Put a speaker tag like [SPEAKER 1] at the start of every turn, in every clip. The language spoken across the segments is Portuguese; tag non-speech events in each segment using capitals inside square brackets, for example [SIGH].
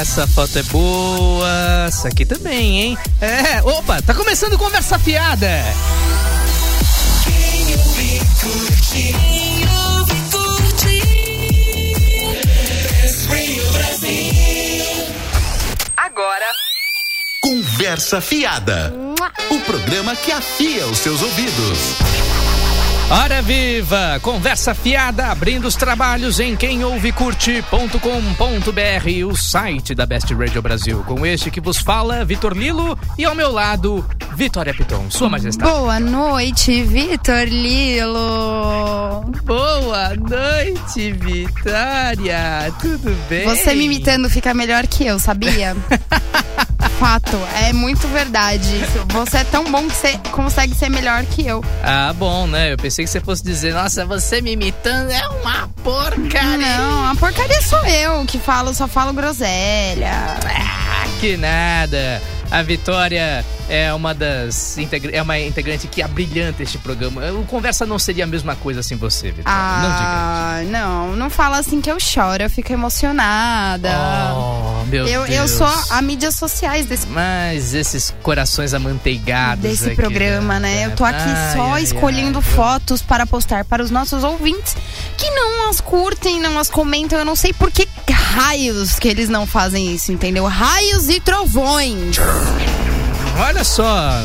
[SPEAKER 1] Essa foto é boa. Essa aqui também, hein? É, opa, tá começando conversa fiada.
[SPEAKER 2] Quem ouve, curte. Quem ouve, curte. Best Radio Brasil.
[SPEAKER 3] Agora,
[SPEAKER 4] Conversa Fiada. O programa que afia os seus ouvidos.
[SPEAKER 1] Hora viva! Conversa fiada abrindo os trabalhos em quemouvecurte.com.br, o site da Best Radio Brasil. Com este que vos fala, Vitor Lilo, e ao meu lado, Vitória Piton. Sua Majestade.
[SPEAKER 5] Boa noite, Vitor Lilo.
[SPEAKER 1] Boa noite, Vitória. Tudo bem?
[SPEAKER 5] Você me imitando fica melhor que eu,
[SPEAKER 1] [LAUGHS]
[SPEAKER 5] sabia? Fato, é muito verdade. isso. Você é tão bom que você consegue ser melhor que eu.
[SPEAKER 1] Ah, bom, né? Eu pensei que você fosse dizer, nossa, você me imitando é uma porcaria.
[SPEAKER 5] Não, a porcaria sou eu que falo, só falo groselha.
[SPEAKER 1] Ah, que nada. A Vitória é uma das integra- é uma integrante que abrilhanta este programa. O Conversa não seria a mesma coisa sem você, Vitória. Não diga.
[SPEAKER 5] Ah, não, não fala assim que eu choro, eu fico emocionada.
[SPEAKER 1] Oh, meu
[SPEAKER 5] eu,
[SPEAKER 1] Deus.
[SPEAKER 5] eu sou a mídias sociais desse
[SPEAKER 1] Mas esses corações amanteigados
[SPEAKER 5] desse
[SPEAKER 1] aqui,
[SPEAKER 5] programa, né? Eu tô aqui
[SPEAKER 1] Ai,
[SPEAKER 5] só
[SPEAKER 1] ai,
[SPEAKER 5] escolhendo
[SPEAKER 1] ai,
[SPEAKER 5] fotos para postar para os nossos ouvintes que não as curtem, não as comentam. Eu não sei por que raios que eles não fazem isso, entendeu? Raios e trovões.
[SPEAKER 1] Olha só.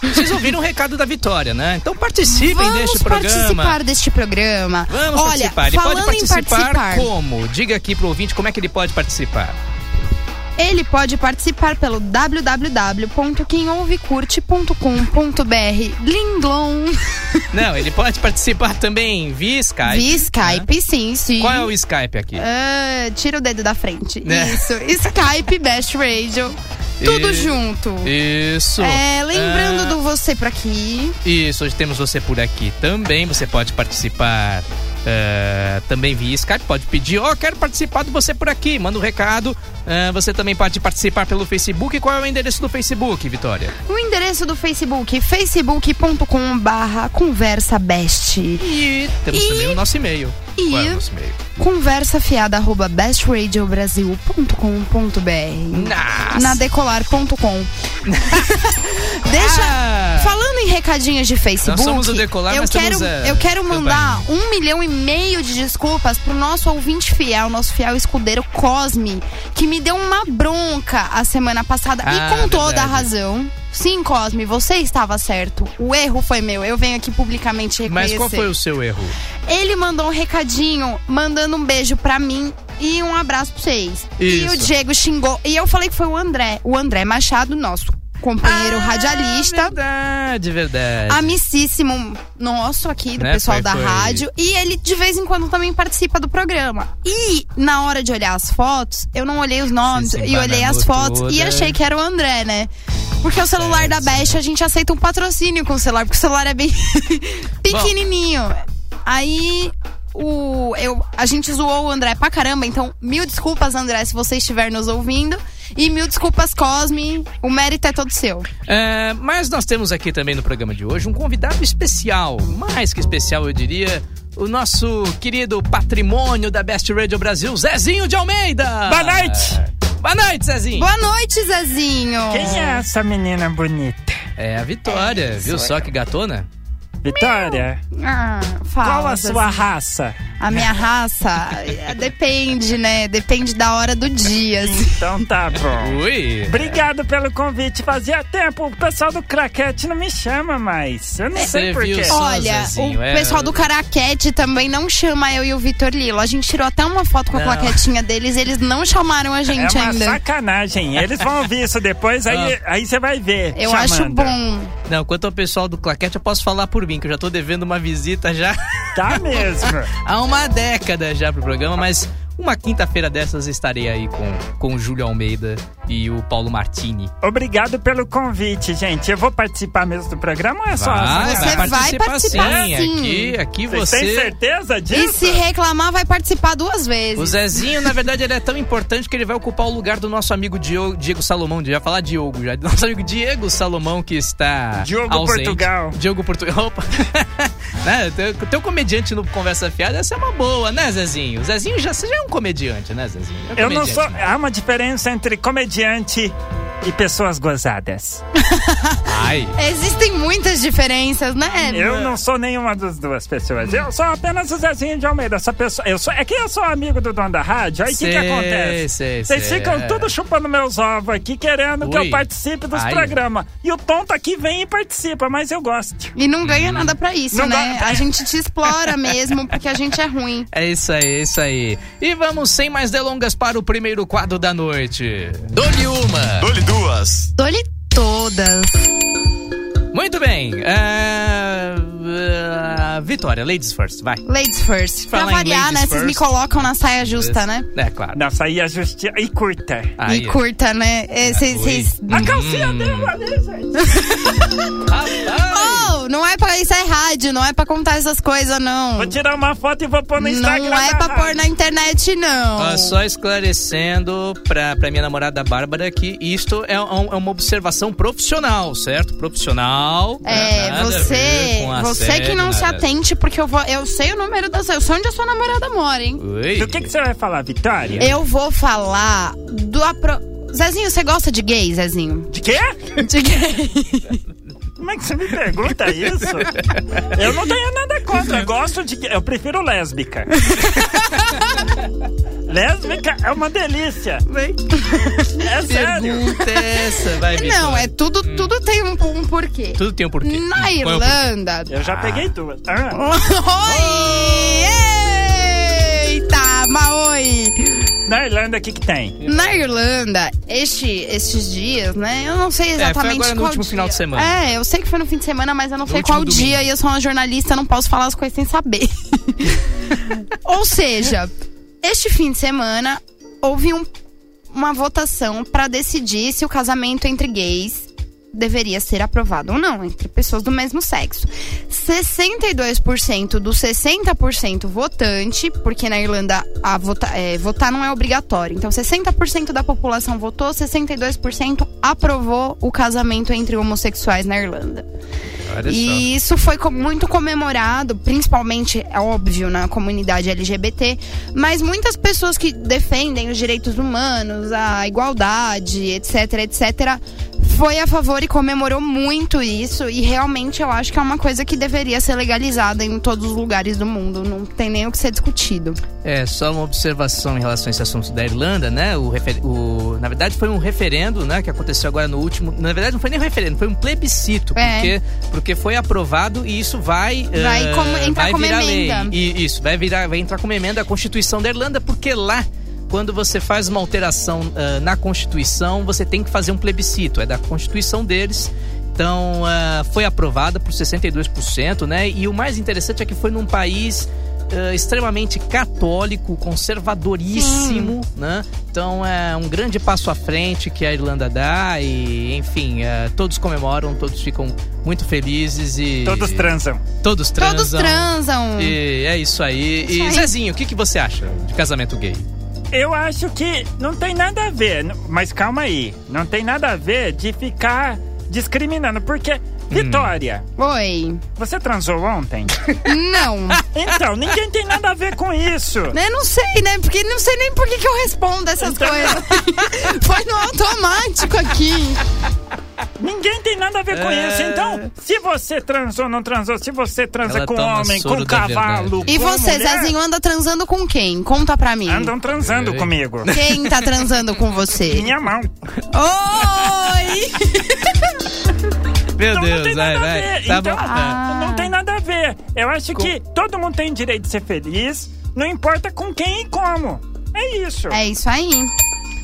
[SPEAKER 1] Vocês ouviram o recado da Vitória, né? Então participem
[SPEAKER 5] Vamos
[SPEAKER 1] deste programa.
[SPEAKER 5] participar deste programa.
[SPEAKER 1] Vamos
[SPEAKER 5] Olha,
[SPEAKER 1] participar. Ele
[SPEAKER 5] falando
[SPEAKER 1] pode participar,
[SPEAKER 5] em participar,
[SPEAKER 1] como? Diga aqui pro ouvinte como é que ele pode participar.
[SPEAKER 5] ele pode participar pelo www.quemouvecurte.com.br. Linglon.
[SPEAKER 1] Não, ele pode participar também via Skype.
[SPEAKER 5] Via Skype, sim, sim.
[SPEAKER 1] Qual é o Skype aqui?
[SPEAKER 5] Ah, tira o dedo da frente.
[SPEAKER 1] Né? [LAUGHS]
[SPEAKER 5] Isso. Skype Best Radio. Tudo
[SPEAKER 1] E-
[SPEAKER 5] junto.
[SPEAKER 1] Isso.
[SPEAKER 5] É, lembrando
[SPEAKER 1] Ah,
[SPEAKER 5] do você pra aqui.
[SPEAKER 1] Isso, hoje temos você por aqui também. Você pode participar ah, também via Skype. Pode pedir, ó, quero participar do você por aqui. Manda um recado. Ah, você também pode participar pelo Facebook. Qual é o endereço do Facebook, Vitória?
[SPEAKER 5] O endereço do Facebook, facebook.com barra conversa best.
[SPEAKER 1] E temos
[SPEAKER 5] E-
[SPEAKER 1] também o nosso e-mail.
[SPEAKER 5] E-
[SPEAKER 1] Qual é o nosso e-mail?
[SPEAKER 5] Conversafiada arroba bestradiobrasil.com.br
[SPEAKER 1] Nossa.
[SPEAKER 5] na decolar.com.
[SPEAKER 1] [LAUGHS]
[SPEAKER 5] Deixa.
[SPEAKER 1] Ah!
[SPEAKER 5] Falando em recadinhos de Facebook,
[SPEAKER 1] Nós somos o Decolar,
[SPEAKER 5] eu,
[SPEAKER 1] mas
[SPEAKER 5] quero,
[SPEAKER 1] estamos, é,
[SPEAKER 5] eu quero mandar
[SPEAKER 1] campanha.
[SPEAKER 5] um milhão e meio de desculpas pro nosso ouvinte fiel, nosso fiel escudeiro Cosme, que me deu uma bronca a semana passada
[SPEAKER 1] Ah,
[SPEAKER 5] e com toda a
[SPEAKER 1] verdade.
[SPEAKER 5] razão. Sim, Cosme, você estava certo. O erro foi meu. Eu venho aqui publicamente
[SPEAKER 1] Mas
[SPEAKER 5] reconhecer.
[SPEAKER 1] qual foi o seu erro?
[SPEAKER 5] Ele mandou um recadinho, mandando um beijo pra mim e um abraço pra vocês. E
[SPEAKER 1] Isso.
[SPEAKER 5] o Diego xingou. E eu falei que foi o André. O André Machado, nosso
[SPEAKER 1] Ah,
[SPEAKER 5] companheiro radialista.
[SPEAKER 1] Verdade, verdade.
[SPEAKER 5] amicíssimo nosso aqui, do
[SPEAKER 1] É Né?
[SPEAKER 5] pessoal
[SPEAKER 1] Foi-
[SPEAKER 5] da
[SPEAKER 1] foi-
[SPEAKER 5] rádio. E ele, de vez em quando, também participa do programa. E, na hora de olhar as fotos, eu não olhei os nomes
[SPEAKER 1] se
[SPEAKER 5] e olhei as
[SPEAKER 1] embananou
[SPEAKER 5] fotos e
[SPEAKER 1] toda.
[SPEAKER 5] achei que era o André, né? Porque o celular da Best, a gente aceita um patrocínio com o celular, porque o celular é bem [LAUGHS] pequenininho. Aí... O, eu, a gente zoou o André pra caramba, então mil desculpas, André, se você estiver nos ouvindo. E mil desculpas, Cosme. O mérito é todo seu.
[SPEAKER 1] É, mas nós temos aqui também no programa de hoje um convidado especial, mais que especial eu diria, o nosso querido patrimônio da Best Radio Brasil, Zezinho de Almeida.
[SPEAKER 6] Boa noite.
[SPEAKER 1] Boa noite, Zezinho!
[SPEAKER 5] Boa noite, Zezinho!
[SPEAKER 6] Quem é essa menina bonita?
[SPEAKER 1] É a Vitória, viu só que gatona?
[SPEAKER 6] Vitória,
[SPEAKER 5] Ah, fala,
[SPEAKER 6] qual a sua
[SPEAKER 5] Zezinho.
[SPEAKER 6] raça?
[SPEAKER 5] A minha raça? eh, Depende, né? Depende da hora do dia. assim.
[SPEAKER 6] Então tá bom.
[SPEAKER 1] Ui!
[SPEAKER 6] Obrigado pelo convite. Fazia tempo, o pessoal do craquete não me chama mais. Eu não
[SPEAKER 1] Você
[SPEAKER 6] sei
[SPEAKER 1] viu
[SPEAKER 6] porquê.
[SPEAKER 1] só?
[SPEAKER 5] Olha,
[SPEAKER 1] Zezinho,
[SPEAKER 5] o
[SPEAKER 1] é.
[SPEAKER 5] pessoal do Caraquete também não chama eu e o Vitor Lilo. A gente tirou até uma foto com a
[SPEAKER 1] Não.
[SPEAKER 5] plaquetinha deles e eles não chamaram a
[SPEAKER 6] É
[SPEAKER 5] gente
[SPEAKER 6] uma
[SPEAKER 5] ainda.
[SPEAKER 6] sacanagem. Eles vão ouvir isso depois, aí,
[SPEAKER 1] Ah.
[SPEAKER 6] aí você vai ver.
[SPEAKER 5] Eu
[SPEAKER 6] chamando.
[SPEAKER 5] acho bom.
[SPEAKER 1] Não, quanto ao pessoal do Claquete, eu posso falar por mim, que eu já tô devendo uma visita já [LAUGHS]
[SPEAKER 6] Tá mesmo.
[SPEAKER 1] há uma década já pro programa, mas uma quinta-feira dessas estarei aí com, com o Júlio Almeida e o Paulo Martini.
[SPEAKER 6] Obrigado pelo convite, gente. Eu vou participar mesmo do programa ou é só
[SPEAKER 5] Você
[SPEAKER 6] essa?
[SPEAKER 5] vai participar sim.
[SPEAKER 1] Aqui, aqui
[SPEAKER 6] Vocês têm
[SPEAKER 1] você...
[SPEAKER 6] certeza
[SPEAKER 5] E
[SPEAKER 6] disso?
[SPEAKER 5] se reclamar, vai participar duas vezes.
[SPEAKER 1] O Zezinho, na verdade, ele é tão importante que ele vai ocupar o lugar do nosso amigo Diogo, Diego Salomão. Já falar Diogo, já. Do nosso amigo Diego Salomão, que está.
[SPEAKER 6] Diogo
[SPEAKER 1] ausente.
[SPEAKER 6] Portugal.
[SPEAKER 1] Diogo Portugal. Opa! [LAUGHS] né? Teu, teu comediante no Conversa Fiada, essa é uma boa, né, Zezinho? Zezinho já, você já é um comediante, né, Zezinho? É um
[SPEAKER 6] Eu não
[SPEAKER 1] comediante,
[SPEAKER 6] sou.
[SPEAKER 1] né?
[SPEAKER 6] Há uma diferença entre comediante e pessoas gozadas.
[SPEAKER 1] Ai.
[SPEAKER 5] Existem muitas diferenças, né?
[SPEAKER 6] Eu não sou nenhuma das duas pessoas. Eu sou apenas o Zezinho de Almeida. Essa pessoa, eu sou, é que eu sou amigo do dono da rádio. [LAUGHS] Aí o que, que
[SPEAKER 1] Sei,
[SPEAKER 6] acontece?
[SPEAKER 1] sei,
[SPEAKER 6] Vocês
[SPEAKER 1] sei,
[SPEAKER 6] ficam
[SPEAKER 1] é.
[SPEAKER 6] tudo chupando meus ovos aqui, querendo que
[SPEAKER 1] Ui.
[SPEAKER 6] eu participe dos
[SPEAKER 1] Ai.
[SPEAKER 6] programas. E o tonto aqui vem e participa, mas eu gosto.
[SPEAKER 5] E não ganha nada pra isso,
[SPEAKER 6] Não
[SPEAKER 5] né?
[SPEAKER 6] dá-
[SPEAKER 5] A gente te explora mesmo, porque a gente é ruim.
[SPEAKER 1] É isso aí, é isso aí. E vamos sem mais delongas para o primeiro quadro da noite. Dou-lhe uma.
[SPEAKER 4] Dole duas.
[SPEAKER 5] Dou-lhe todas.
[SPEAKER 1] Muito bem. é, é, Vitória, ladies first, vai.
[SPEAKER 5] Ladies first. Pra
[SPEAKER 1] Falar em
[SPEAKER 5] variar,
[SPEAKER 1] ladies
[SPEAKER 5] né? Vocês me
[SPEAKER 1] first.
[SPEAKER 5] colocam na saia justa, né?
[SPEAKER 1] É claro.
[SPEAKER 6] Nossa, aí a justiça. E curta.
[SPEAKER 1] Aí, Ah,
[SPEAKER 5] e curta, né? É, Vocês.
[SPEAKER 1] ui.
[SPEAKER 5] vocês-
[SPEAKER 6] A calcinha dela ali, gente.
[SPEAKER 1] rapaz.
[SPEAKER 5] Oh, não é pra. Isso é rádio, não é pra contar essas coisas, não.
[SPEAKER 6] Vou tirar uma foto e vou pôr no Instagram.
[SPEAKER 5] Não é
[SPEAKER 6] da
[SPEAKER 5] pra pôr
[SPEAKER 6] rádio.
[SPEAKER 5] na internet, não.
[SPEAKER 1] Ó, Ah, só esclarecendo pra, pra minha namorada Bárbara que isto é, um- é uma observação profissional, certo? Profissional.
[SPEAKER 5] É,
[SPEAKER 1] Nada a ver
[SPEAKER 5] você,
[SPEAKER 1] com
[SPEAKER 5] você que
[SPEAKER 1] assédio,
[SPEAKER 5] não se
[SPEAKER 1] nada.
[SPEAKER 5] atente, porque eu vou, eu sei o número da eu sei onde a sua namorada mora, hein?
[SPEAKER 1] Ui.
[SPEAKER 6] Do que, que você vai falar, Vitória?
[SPEAKER 5] Eu vou falar do apro... Zezinho, você gosta de gay, Zezinho?
[SPEAKER 6] De quê?
[SPEAKER 5] De gay.
[SPEAKER 6] Como é que você me pergunta isso? Eu não tenho nada contra. Eu gosto de. Eu prefiro lésbica. lésbica é uma delícia. É sério.
[SPEAKER 1] Pergunta é essa, vai, Vitória.
[SPEAKER 5] Não, é tudo, tudo tem um, um porquê.
[SPEAKER 1] Tudo tem um porquê. Qual
[SPEAKER 5] Na
[SPEAKER 1] é o porquê?
[SPEAKER 5] Irlanda.
[SPEAKER 6] Eu já peguei duas. Ah,
[SPEAKER 5] Oi! Eita, Maoi!
[SPEAKER 6] na Irlanda, o que, que tem?
[SPEAKER 5] Na Irlanda, este, estes dias, né? Eu não sei
[SPEAKER 1] É,
[SPEAKER 5] exatamente
[SPEAKER 1] agora no
[SPEAKER 5] qual
[SPEAKER 1] último
[SPEAKER 5] dia.
[SPEAKER 1] final de semana.
[SPEAKER 5] É, eu sei que foi no fim de semana, mas eu não sei
[SPEAKER 1] último
[SPEAKER 5] qual
[SPEAKER 1] domingo.
[SPEAKER 5] dia e eu sou uma jornalista, eu não posso falar as coisas sem
[SPEAKER 1] [LAUGHS]
[SPEAKER 5] saber. Ou seja, este fim de semana houve um- uma votação pra decidir se o casamento entre gays deveria ser aprovado ou não, entre pessoas do mesmo sexo. 62% dos 60% votante, porque na Irlanda a vota- é, votar não é obrigatório. Então, 60% da população votou, 62% aprovou o casamento entre homossexuais na Irlanda.
[SPEAKER 1] Olha só.
[SPEAKER 5] E isso foi co- muito comemorado, principalmente, é óbvio, na comunidade LGBT, mas muitas pessoas que defendem os direitos humanos, a igualdade, etc, etc, foi a favor e comemorou muito isso. E realmente eu acho que é uma coisa que deveria ser legalizada em todos os lugares do mundo. Não tem nem o que ser discutido.
[SPEAKER 1] É, só uma observação em relação a esse assunto da Irlanda, né? O refer- o- Na verdade, foi um referendo, né? Que aconteceu agora no último. Na verdade, não foi nem um referendo, foi um plebiscito.
[SPEAKER 5] É.
[SPEAKER 1] Porque, porque foi aprovado e isso vai.
[SPEAKER 5] Vai
[SPEAKER 1] eh,
[SPEAKER 5] como- entrar
[SPEAKER 1] vai
[SPEAKER 5] como
[SPEAKER 1] virar
[SPEAKER 5] emenda.
[SPEAKER 1] Lei. E isso, vai, virar, vai entrar como emenda à Constituição da Irlanda, porque lá. Quando você faz uma alteração eh, na Constituição, você tem que fazer um plebiscito. É da Constituição deles. Então, ah, foi aprovada por 62%, né? E o mais interessante é que foi num país ah, extremamente católico, conservadoríssimo, né? Então, é um grande passo à frente que a Irlanda dá e, enfim, ah, todos comemoram, todos ficam muito felizes e...
[SPEAKER 6] Todos transam.
[SPEAKER 1] Todos transam.
[SPEAKER 5] Todos transam.
[SPEAKER 1] E é isso aí.
[SPEAKER 5] Isso
[SPEAKER 1] e
[SPEAKER 5] aí.
[SPEAKER 1] Zezinho, o que, que você acha de casamento gay?
[SPEAKER 6] Eu acho que não tem nada a ver, n- mas calma aí. Não tem nada a ver de ficar discriminando, porque, Vitória,
[SPEAKER 5] Oi.
[SPEAKER 6] você transou ontem?
[SPEAKER 1] [LAUGHS]
[SPEAKER 5] Não.
[SPEAKER 6] Então, ninguém tem nada a ver com isso.
[SPEAKER 5] Eu não sei, né? Porque não sei nem por que, que eu respondo essas coisas. [LAUGHS] Foi no automático aqui.
[SPEAKER 6] Ninguém tem nada a ver com
[SPEAKER 1] É.
[SPEAKER 6] isso. Então, se você transou ou não transou, se você transa
[SPEAKER 1] Ela
[SPEAKER 6] com
[SPEAKER 1] toma
[SPEAKER 6] homem,
[SPEAKER 1] soro
[SPEAKER 6] com
[SPEAKER 1] da
[SPEAKER 6] cavalo,
[SPEAKER 1] verdade.
[SPEAKER 5] E um
[SPEAKER 6] com
[SPEAKER 5] você,
[SPEAKER 6] mulher,
[SPEAKER 5] Zezinho, anda transando com quem? Conta pra mim.
[SPEAKER 6] [LAUGHS] andam transando
[SPEAKER 1] Ei.
[SPEAKER 6] comigo.
[SPEAKER 5] Quem tá transando com você?
[SPEAKER 6] Minha mão.
[SPEAKER 5] Oi!
[SPEAKER 1] Meu
[SPEAKER 6] Então não
[SPEAKER 1] Deus,
[SPEAKER 6] tem
[SPEAKER 1] vai,
[SPEAKER 6] nada a
[SPEAKER 1] vai.
[SPEAKER 6] ver.
[SPEAKER 1] Tá
[SPEAKER 6] então,
[SPEAKER 1] bom.
[SPEAKER 5] Ah.
[SPEAKER 6] não tem nada a ver. Eu acho que todo mundo tem direito de ser feliz, não importa com quem e como. É isso.
[SPEAKER 5] É isso aí.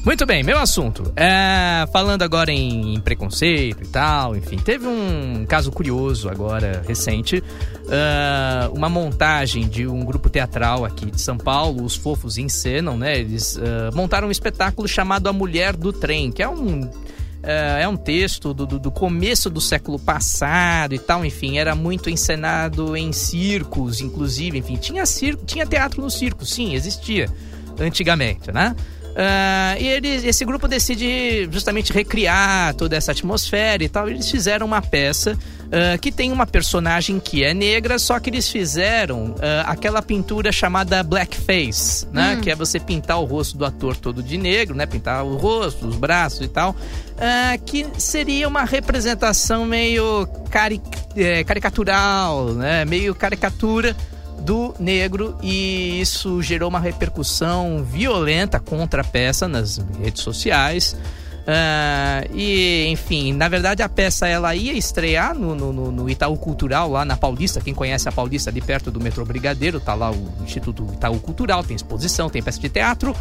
[SPEAKER 1] Muito bem, meu assunto. É, falando agora em preconceito e tal, enfim, teve um caso curioso agora, recente. Ah, uma montagem de um grupo teatral aqui de São Paulo, os fofos encenam, né? Eles ah, montaram um espetáculo chamado A Mulher do Trem, que é um. ah, é um texto do, do- do começo do século passado e tal, enfim, era muito encenado em circos, inclusive, enfim, tinha, circo, tinha teatro no circo, sim, existia antigamente, né? Ah, e eles, esse grupo decide justamente recriar toda essa atmosfera e tal. Eles fizeram uma peça ah, que tem uma personagem que é negra, só que eles fizeram ah, aquela pintura chamada blackface, né? Que é você pintar o rosto do ator todo de negro, né? Pintar o rosto, os braços e tal. ah, que seria uma representação meio cari- eh, caricatural, né? Meio caricatura do negro e isso gerou uma repercussão violenta contra a peça nas redes sociais. Ah, e enfim, na verdade a peça ela ia estrear no, no- no- no Itaú Cultural lá na Paulista. Quem conhece a Paulista ali perto do metrô Brigadeiro, tá lá o Instituto Itaú Cultural, tem exposição, tem peça de teatro.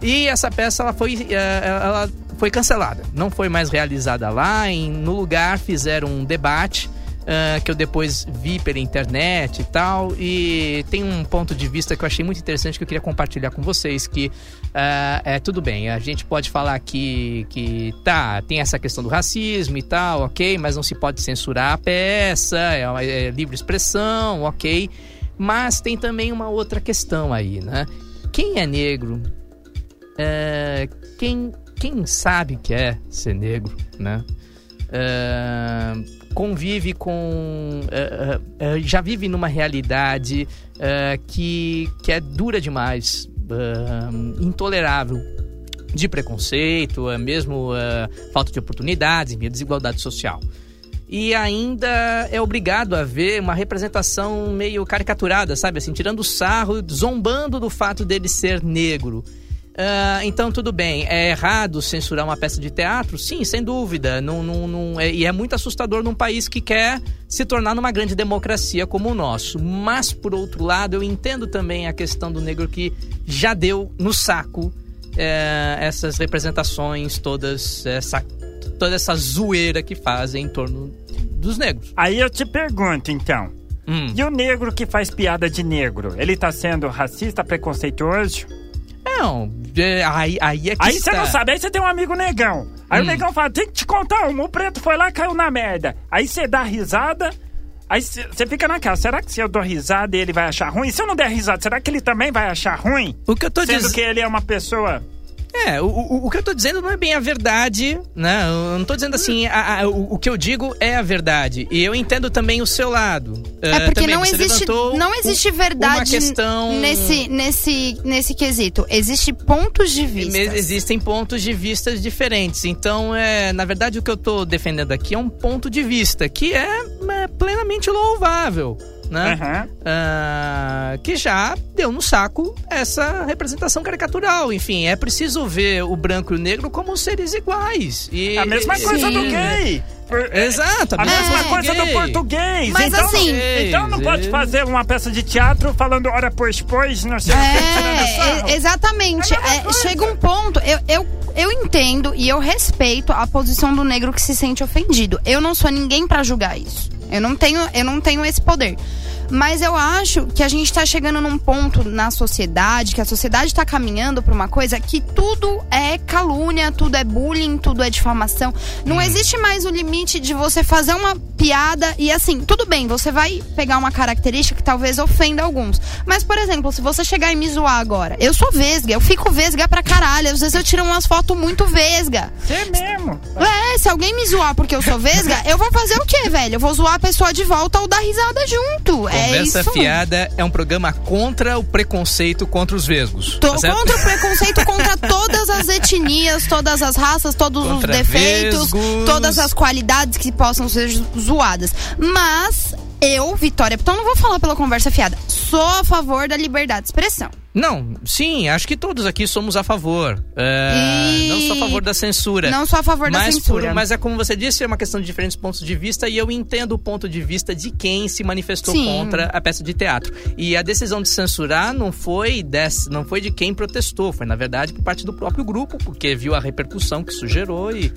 [SPEAKER 1] E essa peça ela foi, eh, ela foi cancelada, não foi mais realizada lá. Em, no lugar fizeram um debate ah, que eu depois vi pela internet e tal. E tem um ponto de vista que eu achei muito interessante que eu queria compartilhar com vocês, que ah, é tudo bem, a gente pode falar que, que tá, tem essa questão do racismo e tal, ok, mas não se pode censurar a peça, é, uma- é livre expressão, ok. Mas tem também uma outra questão aí, né? Quem é negro? É, quem, quem sabe que é ser negro, né? Ah, convive com. ah, ah, ah, já vive numa realidade ah, que, que é dura demais, ah, intolerável. De preconceito, ah, mesmo ah, falta de oportunidades, meio desigualdade social. E ainda é obrigado a ver uma representação meio caricaturada, sabe? Assim, tirando sarro, zombando do fato dele ser negro. Ah, então, tudo bem. É errado censurar uma peça de teatro? Sim, sem dúvida. Não, não, não- é- e é muito assustador num país que quer se tornar numa grande democracia como o nosso. Mas, por outro lado, eu entendo também a questão do negro que já deu no saco é, essas representações todas, essa, toda essa zoeira que fazem em torno dos negros.
[SPEAKER 6] Aí eu te pergunto, então.
[SPEAKER 1] Hum.
[SPEAKER 6] E o negro que faz piada de negro? Ele tá sendo racista, preconceituoso?
[SPEAKER 1] Não, é, aí, aí é que
[SPEAKER 6] Aí você
[SPEAKER 1] está.
[SPEAKER 6] não sabe, aí você tem um amigo negão. Aí
[SPEAKER 1] Hum.
[SPEAKER 6] o negão fala, tem que te contar uma, o preto foi lá e caiu na merda. Aí você dá risada, aí você você fica naquela, será que se eu dou risada ele vai achar ruim? Se eu não der risada, será que ele também vai achar ruim?
[SPEAKER 1] O que eu tô
[SPEAKER 6] Sendo
[SPEAKER 1] dizendo.
[SPEAKER 6] que ele é uma pessoa...
[SPEAKER 1] É, o, o, o que eu tô dizendo não é bem a verdade, né? Eu não tô dizendo assim, a- a- o, o que eu digo é a verdade. E eu entendo também o seu lado.
[SPEAKER 5] É
[SPEAKER 1] Ah,
[SPEAKER 5] porque
[SPEAKER 1] também
[SPEAKER 5] não
[SPEAKER 1] você
[SPEAKER 5] existe,
[SPEAKER 1] levantou
[SPEAKER 5] não
[SPEAKER 1] o-
[SPEAKER 5] existe verdade
[SPEAKER 1] uma questão-
[SPEAKER 5] nesse, nesse, nesse quesito. Existe pontos de
[SPEAKER 1] Mas
[SPEAKER 5] vista.
[SPEAKER 1] Existem pontos de vista diferentes. Então, é, na verdade, o que eu tô defendendo aqui é um ponto de vista que é, é, plenamente louvável, né?
[SPEAKER 6] Aham.
[SPEAKER 1] Ah, que já deu no saco essa representação caricatural. Enfim, é preciso ver o branco e o negro como seres iguais. E,
[SPEAKER 6] A mesma
[SPEAKER 1] e-
[SPEAKER 6] coisa do
[SPEAKER 5] Sim.
[SPEAKER 6] gay. Por- é,
[SPEAKER 1] Exato,
[SPEAKER 6] A mesma coisa do
[SPEAKER 1] gay.
[SPEAKER 6] português.
[SPEAKER 5] Mas
[SPEAKER 6] então,
[SPEAKER 5] assim-
[SPEAKER 6] Então não pode fazer uma peça de teatro falando ora pois pois, não sei o que, tirando
[SPEAKER 5] É,
[SPEAKER 6] sarro.
[SPEAKER 5] e- exatamente.
[SPEAKER 6] É a mesma
[SPEAKER 5] É,
[SPEAKER 6] coisa.
[SPEAKER 5] chega um ponto, eu, eu, eu entendo e eu respeito a posição do negro que se sente ofendido. Eu não sou ninguém pra julgar isso. Eu não tenho, eu não tenho esse poder. Mas eu acho que a gente tá chegando num ponto na sociedade, que a sociedade tá caminhando pra uma coisa que tudo é calúnia, tudo é bullying, tudo é difamação. Não
[SPEAKER 1] Hum.
[SPEAKER 5] existe mais o limite de você fazer uma piada e assim, tudo bem, você vai pegar uma característica que talvez ofenda alguns. Mas, por exemplo, se você chegar e me zoar agora, eu sou vesga, eu fico vesga pra caralho. Às vezes eu tiro umas fotos muito vesga.
[SPEAKER 6] É mesmo.
[SPEAKER 5] É, se alguém me zoar porque eu sou vesga, eu vou fazer o quê, velho? Eu vou zoar a pessoa de volta ou dar risada junto. é
[SPEAKER 1] Conversa
[SPEAKER 5] isso.
[SPEAKER 1] Fiada é um programa contra o preconceito contra os vesgos.
[SPEAKER 5] Tô
[SPEAKER 1] tá certo?
[SPEAKER 5] contra o preconceito contra
[SPEAKER 1] [LAUGHS]
[SPEAKER 5] todas as etnias, todas as raças, todos
[SPEAKER 1] Contra
[SPEAKER 5] os defeitos,
[SPEAKER 1] vesgos.
[SPEAKER 5] todas as qualidades que possam ser zo- zoadas. Mas eu, Vitória, então não vou falar pela conversa fiada. Sou a favor da liberdade de expressão.
[SPEAKER 1] Não, sim, acho que todos aqui somos a favor. É,
[SPEAKER 5] E-
[SPEAKER 1] Não sou a favor da censura.
[SPEAKER 5] Não sou a favor da
[SPEAKER 1] É. mas,
[SPEAKER 5] censura.
[SPEAKER 1] por- mas é como você disse, é uma questão de diferentes pontos de vista e eu entendo o ponto de vista de quem se manifestou
[SPEAKER 5] Sim.
[SPEAKER 1] contra a peça de teatro. E a decisão de censurar não foi, des, não foi de quem protestou, foi na verdade por parte do próprio grupo, porque viu a repercussão que isso gerou e...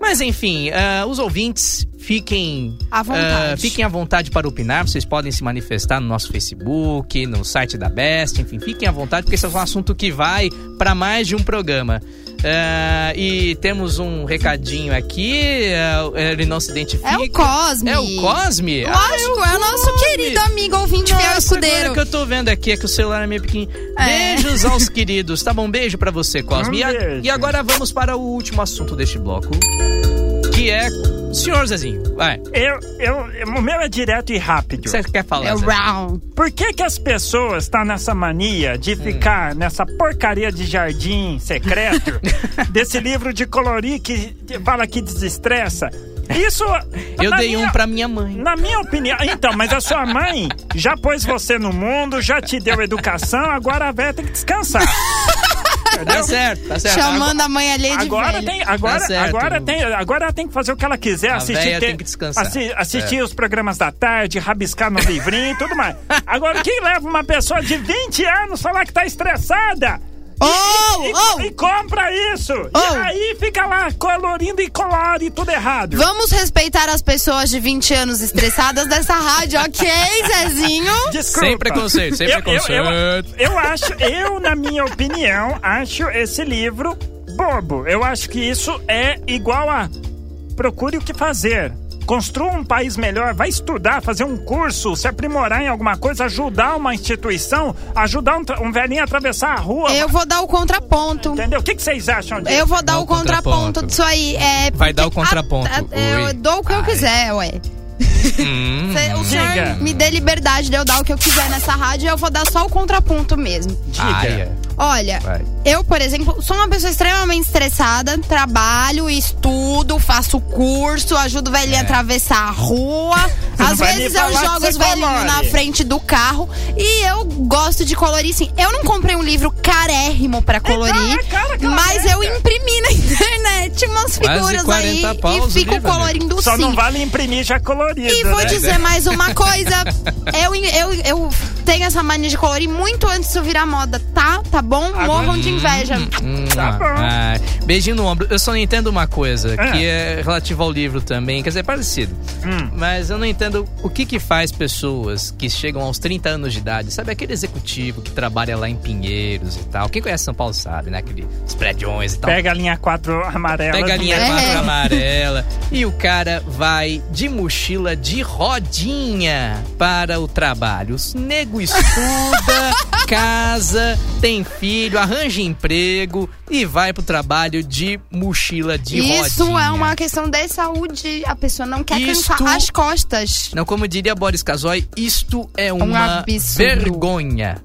[SPEAKER 1] Mas enfim, ah, os ouvintes fiquem
[SPEAKER 5] À vontade.
[SPEAKER 1] ah, fiquem à vontade para opinar, vocês podem se manifestar no nosso Facebook, no site da Best, enfim, fiquem à vontade, porque esse é um assunto que vai para mais de um programa. É, e temos um recadinho aqui. é, ele não se identifica.
[SPEAKER 5] É o Cosme.
[SPEAKER 1] É o Cosme? Ah,
[SPEAKER 5] Lógico, é o nosso
[SPEAKER 1] Cosme.
[SPEAKER 5] querido amigo ouvinte fiel
[SPEAKER 1] Nossa, agora
[SPEAKER 5] escudeiro.
[SPEAKER 1] que eu tô vendo aqui é que o celular é meio pequeno.
[SPEAKER 5] É.
[SPEAKER 1] Beijos
[SPEAKER 5] [LAUGHS]
[SPEAKER 1] aos queridos, tá bom? Beijo pra você, Cosme.
[SPEAKER 6] Um
[SPEAKER 1] E, a-
[SPEAKER 6] beijo.
[SPEAKER 1] e agora vamos para o último assunto deste bloco, que é... Senhor Zezinho, vai.
[SPEAKER 6] Eu, eu, eu- o meu é direto e rápido.
[SPEAKER 1] Você quer falar?
[SPEAKER 5] É o
[SPEAKER 1] Zezinho?
[SPEAKER 5] Brown.
[SPEAKER 6] Por que, que as pessoas estão nessa mania
[SPEAKER 1] Hum.
[SPEAKER 6] de ficar nessa porcaria de jardim
[SPEAKER 1] [LAUGHS]
[SPEAKER 6] secreto, desse livro de colorir que fala que desestressa? Isso.
[SPEAKER 1] Eu
[SPEAKER 6] na
[SPEAKER 1] dei um
[SPEAKER 6] minha-
[SPEAKER 1] pra minha mãe.
[SPEAKER 6] Na minha opinião. Então, mas a sua mãe já pôs você no mundo, já te deu educação, agora a véia tem que descansar.
[SPEAKER 1] Tá certo, tá certo.
[SPEAKER 5] Chamando a mãe alheia de
[SPEAKER 6] Agora
[SPEAKER 5] velho.
[SPEAKER 6] tem, agora,
[SPEAKER 1] É Tá certo.
[SPEAKER 6] agora tem, agora ela tem que fazer o que ela quiser,
[SPEAKER 1] A
[SPEAKER 6] assistir,
[SPEAKER 1] véia
[SPEAKER 6] te-
[SPEAKER 1] tem que descansar. É.
[SPEAKER 6] assi- assistir os programas da tarde, rabiscar no livrinho e
[SPEAKER 1] [LAUGHS]
[SPEAKER 6] tudo mais. Agora quem leva uma pessoa de 20 anos falar que tá estressada?
[SPEAKER 5] Oh,
[SPEAKER 6] E,
[SPEAKER 5] oh,
[SPEAKER 6] e compra isso!
[SPEAKER 5] Oh.
[SPEAKER 6] E aí fica lá colorindo e colore tudo errado.
[SPEAKER 5] Vamos respeitar as pessoas de 20 anos estressadas dessa rádio, ok, Zezinho?
[SPEAKER 6] Desculpa.
[SPEAKER 1] Sem preconceito, sem
[SPEAKER 6] Eu- eu-
[SPEAKER 1] preconceito.
[SPEAKER 6] Eu, eu acho, eu, na minha opinião, acho esse livro bobo. Eu acho que isso é igual a procure o que fazer. Construa um país melhor, vai estudar, fazer um curso, se aprimorar em alguma coisa, ajudar uma instituição, ajudar um, tra- um velhinho a atravessar a rua.
[SPEAKER 5] Eu vou dar o contraponto.
[SPEAKER 6] Entendeu? O que, que vocês acham disso?
[SPEAKER 5] Eu vou dar
[SPEAKER 1] Dá
[SPEAKER 5] o
[SPEAKER 1] o contraponto.
[SPEAKER 5] contraponto disso aí. É,
[SPEAKER 1] Vai dar o
[SPEAKER 5] porque a-
[SPEAKER 1] contraponto.
[SPEAKER 5] a- é, eu
[SPEAKER 1] Ui.
[SPEAKER 5] dou o que eu quiser, ué.
[SPEAKER 1] Hum,
[SPEAKER 5] Cê- O senhor
[SPEAKER 6] Diga.
[SPEAKER 5] me dê liberdade de eu dar o que eu quiser nessa rádio e eu vou dar só o contraponto mesmo.
[SPEAKER 1] ai, é.
[SPEAKER 5] Olha,
[SPEAKER 1] Vai.
[SPEAKER 5] eu, por exemplo, sou uma pessoa extremamente estressada, trabalho, estudo, faço curso, ajudo o velhinho a atravessar a rua. Às
[SPEAKER 6] vai me
[SPEAKER 5] vezes eu
[SPEAKER 6] falar que
[SPEAKER 5] jogo
[SPEAKER 6] você
[SPEAKER 5] os velhinhos
[SPEAKER 6] colore.
[SPEAKER 5] na frente do carro e eu gosto de colorir sim. Eu não comprei um livro carérrimo pra colorir,
[SPEAKER 6] é cara que ela
[SPEAKER 5] mas eu imprimi na [LAUGHS] internet umas
[SPEAKER 1] Quase
[SPEAKER 5] figuras
[SPEAKER 1] 40
[SPEAKER 5] aí
[SPEAKER 1] paus
[SPEAKER 5] e
[SPEAKER 1] o
[SPEAKER 5] fico
[SPEAKER 1] livro,
[SPEAKER 5] colorindo
[SPEAKER 6] Só
[SPEAKER 5] sim.
[SPEAKER 6] não vale imprimir já colorido.
[SPEAKER 5] E vou
[SPEAKER 6] né?
[SPEAKER 5] dizer mais uma coisa. Eu, eu, eu tenho essa mania de colorir muito antes de eu virar moda, tá? Tá bom? Morram de inveja.
[SPEAKER 1] Hum,
[SPEAKER 6] Tá bom.
[SPEAKER 1] ai. beijinho no ombro. Eu só não entendo uma coisa,
[SPEAKER 6] Ah.
[SPEAKER 1] que é relativa ao livro também, quer dizer, é parecido.
[SPEAKER 6] Hum.
[SPEAKER 1] Mas eu não entendo o que que faz pessoas que chegam aos 30 anos de idade, sabe? Aquele executivo que trabalha lá em Pinheiros e tal. Quem conhece São Paulo sabe, né? Aqueles prédios e tal.
[SPEAKER 6] Pega a linha 4 amarela.
[SPEAKER 1] Pega a linha
[SPEAKER 5] É.
[SPEAKER 1] 4 amarela e o cara vai de mochila de rodinha para o trabalho. Os nego
[SPEAKER 5] [LAUGHS]
[SPEAKER 1] estuda, casa, tem filho, arranja emprego e vai pro trabalho de mochila de rodinha.
[SPEAKER 5] Isso é uma questão de saúde. A pessoa não quer
[SPEAKER 1] Isto-
[SPEAKER 5] cansar as costas.
[SPEAKER 1] Não, como diria Boris Casoy, isto é uma
[SPEAKER 5] Um absurdo.
[SPEAKER 1] vergonha.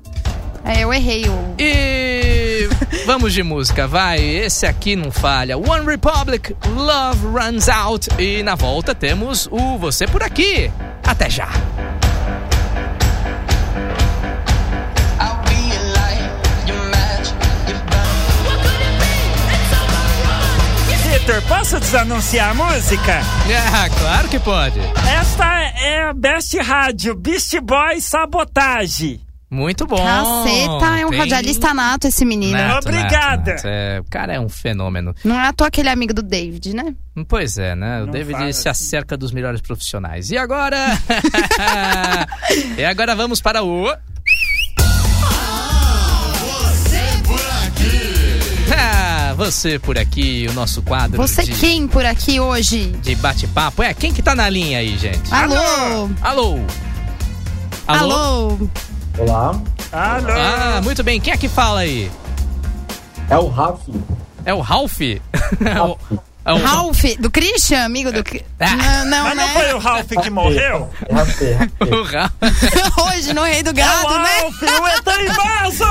[SPEAKER 5] É, eu errei o.
[SPEAKER 1] E vamos de música, vai. Esse aqui não falha. One Republic, Love Runs Out. E na volta temos o Você Por Aqui. Até já.
[SPEAKER 2] I'll be your light, your match, your bound.
[SPEAKER 5] É.
[SPEAKER 6] Vitor, posso desanunciar a música?
[SPEAKER 1] [LAUGHS] Ah, claro que pode.
[SPEAKER 6] Esta é a Best Rádio, Beast Boy Sabotage.
[SPEAKER 1] Muito bom.
[SPEAKER 5] Caceta, é um
[SPEAKER 1] Tem- Né?
[SPEAKER 5] radialista nato esse menino.
[SPEAKER 1] Nato, nato,
[SPEAKER 6] Obrigada.
[SPEAKER 1] nato. É, o cara é um fenômeno.
[SPEAKER 5] Não é à toa aquele amigo do David, né?
[SPEAKER 1] Pois é, né? O
[SPEAKER 6] Não
[SPEAKER 1] David
[SPEAKER 6] fala assim.
[SPEAKER 1] se acerca dos melhores profissionais. E agora? [LAUGHS] e agora vamos para o. Ah, Você por aqui, o nosso quadro
[SPEAKER 5] Você
[SPEAKER 1] de,
[SPEAKER 5] quem por aqui hoje?
[SPEAKER 1] de bate-papo. É, quem que tá na linha aí, gente?
[SPEAKER 5] Alô?
[SPEAKER 1] Alô?
[SPEAKER 5] Ah. Alô?
[SPEAKER 3] Olá,
[SPEAKER 6] Alô?
[SPEAKER 1] Ah, muito bem. Quem é que fala aí?
[SPEAKER 3] é o Rafi.
[SPEAKER 1] É o Ralph? [LAUGHS] É o- é o-
[SPEAKER 5] Ralph? Do Christian, amigo do. Cri-
[SPEAKER 1] Ah.
[SPEAKER 5] Não, não,
[SPEAKER 6] Mas não
[SPEAKER 5] né?
[SPEAKER 6] foi o Ralph que morreu?
[SPEAKER 3] É Rafi, é Rafi.
[SPEAKER 1] [LAUGHS] o Ralph.
[SPEAKER 5] [LAUGHS] hoje, no Rei do
[SPEAKER 6] É o
[SPEAKER 5] Gado, né?
[SPEAKER 6] Ralph, o
[SPEAKER 5] [LAUGHS]
[SPEAKER 6] Eteimbaço!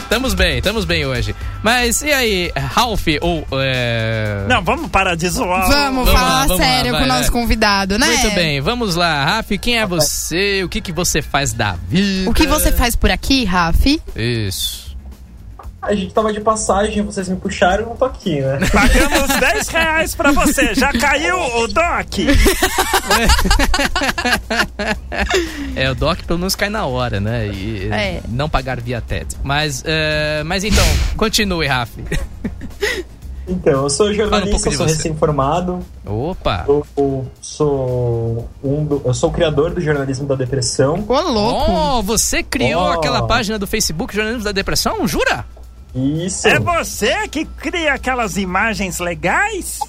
[SPEAKER 1] Estamos bem, estamos bem hoje. Mas e aí, Ralph ou. é,
[SPEAKER 6] Não, vamos parar de zoar. o-
[SPEAKER 5] Vamos,
[SPEAKER 1] Vamos
[SPEAKER 5] falar
[SPEAKER 1] lá, vamos lá,
[SPEAKER 5] sério
[SPEAKER 1] vai,
[SPEAKER 5] com o
[SPEAKER 1] vai.
[SPEAKER 5] nosso convidado, né?
[SPEAKER 1] Muito bem, vamos lá, Raf. Quem é você? O que, que você faz da vida?
[SPEAKER 5] O que você faz por aqui, Raf?
[SPEAKER 1] Isso.
[SPEAKER 3] [LAUGHS] A gente tava de passagem, vocês me puxaram, eu não tô aqui, né?
[SPEAKER 5] [LAUGHS]
[SPEAKER 6] Pagamos 10 reais pra você. Já caiu o Doc?
[SPEAKER 1] É, o Doc pelo menos cai na hora, né? E
[SPEAKER 5] É.
[SPEAKER 1] não pagar via TED. Mas, é, mas
[SPEAKER 5] [LAUGHS]
[SPEAKER 1] então, continue, Raf.
[SPEAKER 3] Então, eu sou jornalista,
[SPEAKER 1] um pouco de
[SPEAKER 3] eu sou
[SPEAKER 1] você.
[SPEAKER 3] recém-formado,
[SPEAKER 1] Opa!
[SPEAKER 3] eu sou um do, eu sou o criador do jornalismo da depressão.
[SPEAKER 5] Ô, louco.
[SPEAKER 1] Oh, você criou
[SPEAKER 3] Oh.
[SPEAKER 1] aquela página do Facebook Jornalismo da Depressão? Jura?
[SPEAKER 3] Isso.
[SPEAKER 6] É você que cria aquelas imagens legais?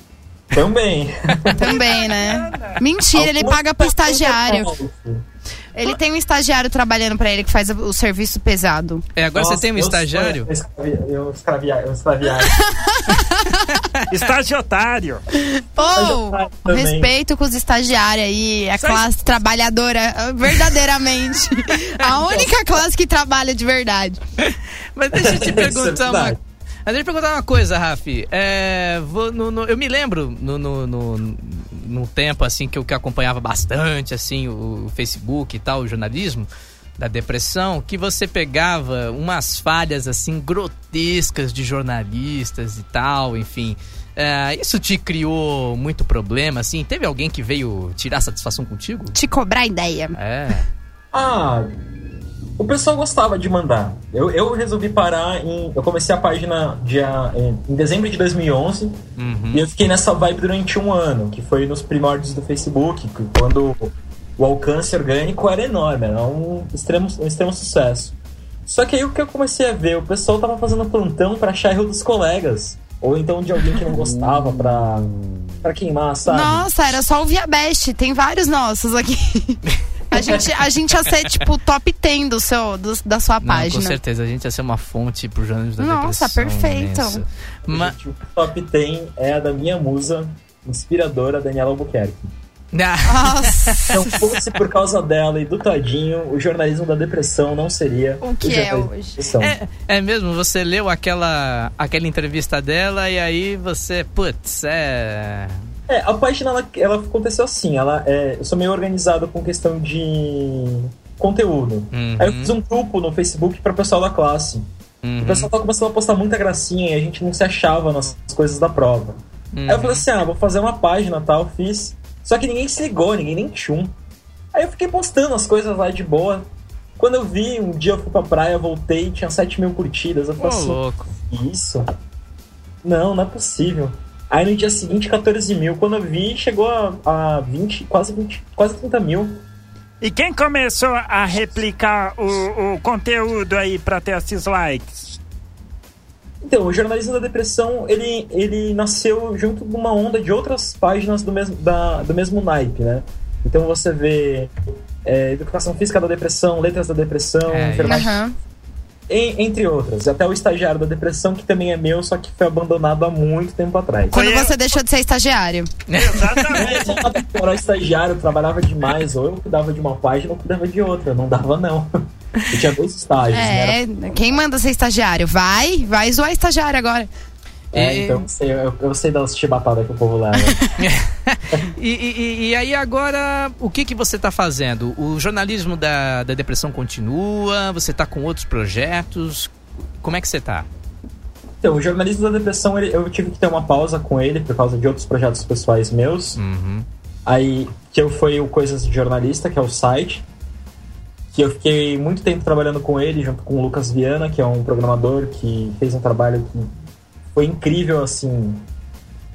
[SPEAKER 1] [LAUGHS]
[SPEAKER 3] Também.
[SPEAKER 5] Também, né? Mentira, ele paga pro estagiário. Ele tem um estagiário trabalhando pra ele que faz o serviço pesado.
[SPEAKER 1] É, agora
[SPEAKER 3] Nossa,
[SPEAKER 1] você tem um
[SPEAKER 3] eu sou-
[SPEAKER 1] estagiário?
[SPEAKER 3] Eu escravi- eu escraviar,
[SPEAKER 1] [LAUGHS]
[SPEAKER 3] eu escraviar.
[SPEAKER 6] Estagiotário.
[SPEAKER 5] Ou,
[SPEAKER 3] Estagiário também.
[SPEAKER 5] respeito com os estagiários aí, a
[SPEAKER 6] Sai-
[SPEAKER 5] classe trabalhadora, ah, [LAUGHS] verdadeiramente. A única classe que trabalha de verdade.
[SPEAKER 1] Mas deixa eu te
[SPEAKER 3] Isso [LAUGHS] é
[SPEAKER 1] perguntar uma
[SPEAKER 3] verdade.
[SPEAKER 1] Mas deixa eu perguntar uma coisa, Raf. É, vou- no- no- eu me lembro no, no, no, num tempo assim que eu que eu acompanhava bastante assim o, o Facebook e tal, o jornalismo da depressão, que você pegava umas falhas assim grotescas de jornalistas e tal, enfim. É, isso te criou muito problema, assim? Teve alguém que veio tirar satisfação contigo?
[SPEAKER 5] Te cobrar ideia.
[SPEAKER 1] É.
[SPEAKER 3] Ah, o pessoal gostava de mandar. Eu, eu resolvi parar em. Eu comecei a página dia, em, em dezembro de 2011
[SPEAKER 1] Uhum.
[SPEAKER 3] e eu fiquei nessa vibe durante um ano, que foi nos primórdios do Facebook, que- quando o alcance orgânico era enorme, era um extremo, um extremo sucesso. Só que aí o que eu comecei a ver, o pessoal tava fazendo plantão pra achar erro dos colegas, ou então de alguém que não gostava pra, pra queimar, sabe?
[SPEAKER 5] Nossa, era só o Via Best. Tem vários
[SPEAKER 1] [LAUGHS]
[SPEAKER 5] nossos aqui. A gente, a gente ia ser, tipo, o top 10 do seu, do- da sua
[SPEAKER 1] Não,
[SPEAKER 5] página.
[SPEAKER 1] com certeza, a gente ia ser uma fonte pro jornalismo da
[SPEAKER 5] Nossa,
[SPEAKER 1] depressão.
[SPEAKER 5] perfeito.
[SPEAKER 1] imensa. Ma-
[SPEAKER 3] Gente, tipo, o top 10 é a da minha musa inspiradora, Daniela Albuquerque.
[SPEAKER 1] [LAUGHS]
[SPEAKER 3] Então,
[SPEAKER 1] Ah,
[SPEAKER 5] Nossa,
[SPEAKER 3] Se não fosse por causa dela e do Tadinho, o jornalismo da depressão não seria
[SPEAKER 5] O que é
[SPEAKER 3] jornalismo
[SPEAKER 5] hoje.
[SPEAKER 3] da
[SPEAKER 1] [LAUGHS]
[SPEAKER 3] depressão.
[SPEAKER 1] é, é mesmo, você leu aquela, aquela entrevista dela e aí você, putz, é.
[SPEAKER 3] É, a página ela, ela aconteceu assim, ela é, eu sou meio organizado com questão de conteúdo.
[SPEAKER 1] Uhum,
[SPEAKER 3] Aí eu fiz um grupo no Facebook para pessoal da classe.
[SPEAKER 1] uhum,
[SPEAKER 3] O pessoal tava começando a postar muita gracinha e a gente não se achava nas coisas da prova. Aí eu
[SPEAKER 1] uhum.
[SPEAKER 3] falei assim, ah, vou fazer uma página tal, fiz. Só que ninguém se ligou, ninguém nem tchum. Aí eu fiquei postando as coisas lá de boa. Quando eu vi, um dia eu fui pra praia, voltei, tinha 7 mil curtidas. Eu
[SPEAKER 1] Ô,
[SPEAKER 3] falei assim,
[SPEAKER 1] louco.
[SPEAKER 3] "Que isso? Não, não é possível. Aí no dia seguinte, 14 mil. Quando eu vi, chegou a, a 20, quase 20, quase 30 mil.
[SPEAKER 6] E quem começou a replicar o, o conteúdo aí pra ter
[SPEAKER 5] [LAUGHS]
[SPEAKER 6] esses likes?
[SPEAKER 3] Então, o jornalismo da depressão, ele, ele nasceu junto de uma onda de outras páginas do mesmo, da, do mesmo naipe, né? Então você vê é, Educação Física da Depressão, Letras da Depressão,
[SPEAKER 1] É,
[SPEAKER 3] enfermagem,
[SPEAKER 5] Aham.
[SPEAKER 3] en- entre outras. Até o Estagiário da Depressão, que também é meu, só que foi abandonado há muito tempo atrás.
[SPEAKER 5] Quando
[SPEAKER 6] Conhe-
[SPEAKER 5] você deixou de ser estagiário.
[SPEAKER 6] Exatamente.
[SPEAKER 3] Eu era estagiário, eu trabalhava demais, ou eu cuidava de uma página ou cuidava de outra, não dava não. Eu tinha dois estágios, né?
[SPEAKER 5] É, quem manda ser estagiário? Vai, vai zoar estagiário agora.
[SPEAKER 3] É,
[SPEAKER 1] E-
[SPEAKER 3] então eu sei, eu, eu sei das chibatadas que o povo leva.
[SPEAKER 1] E, e- e- e aí agora, o que, que você tá fazendo? O jornalismo da, da depressão continua? Você tá com outros projetos? Como é que você tá?
[SPEAKER 3] Então, o jornalismo da depressão, ele- eu tive que ter uma pausa com ele por causa de outros projetos pessoais meus.
[SPEAKER 1] Uhum.
[SPEAKER 3] Aí, que eu fui o Coisas de Jornalista, que é o site. Que eu fiquei muito tempo trabalhando com ele, junto com o Lucas Viana, que é um programador que fez um trabalho que foi incrível, assim.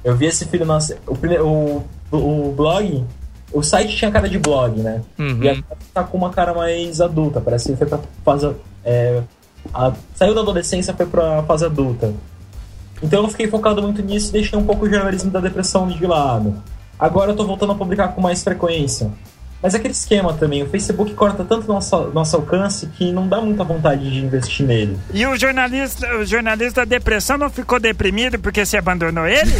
[SPEAKER 3] Eu vi esse filho nascer. O, prime- o, o blog. O site tinha cara de blog, né?
[SPEAKER 1] Uhum.
[SPEAKER 3] E agora tá com uma cara mais adulta. Parece que foi pra fase. é, a- saiu da adolescência foi pra fase adulta. Então eu não fiquei focado muito nisso e deixei um pouco o jornalismo da depressão de lado. Agora eu tô voltando a publicar com mais frequência. Mas é aquele esquema também, o Facebook corta tanto nosso, nosso alcance que não dá muita vontade de investir nele.
[SPEAKER 6] E o jornalista, o jornalista da depressão não ficou deprimido porque você
[SPEAKER 1] [LAUGHS]
[SPEAKER 6] abandonou ele?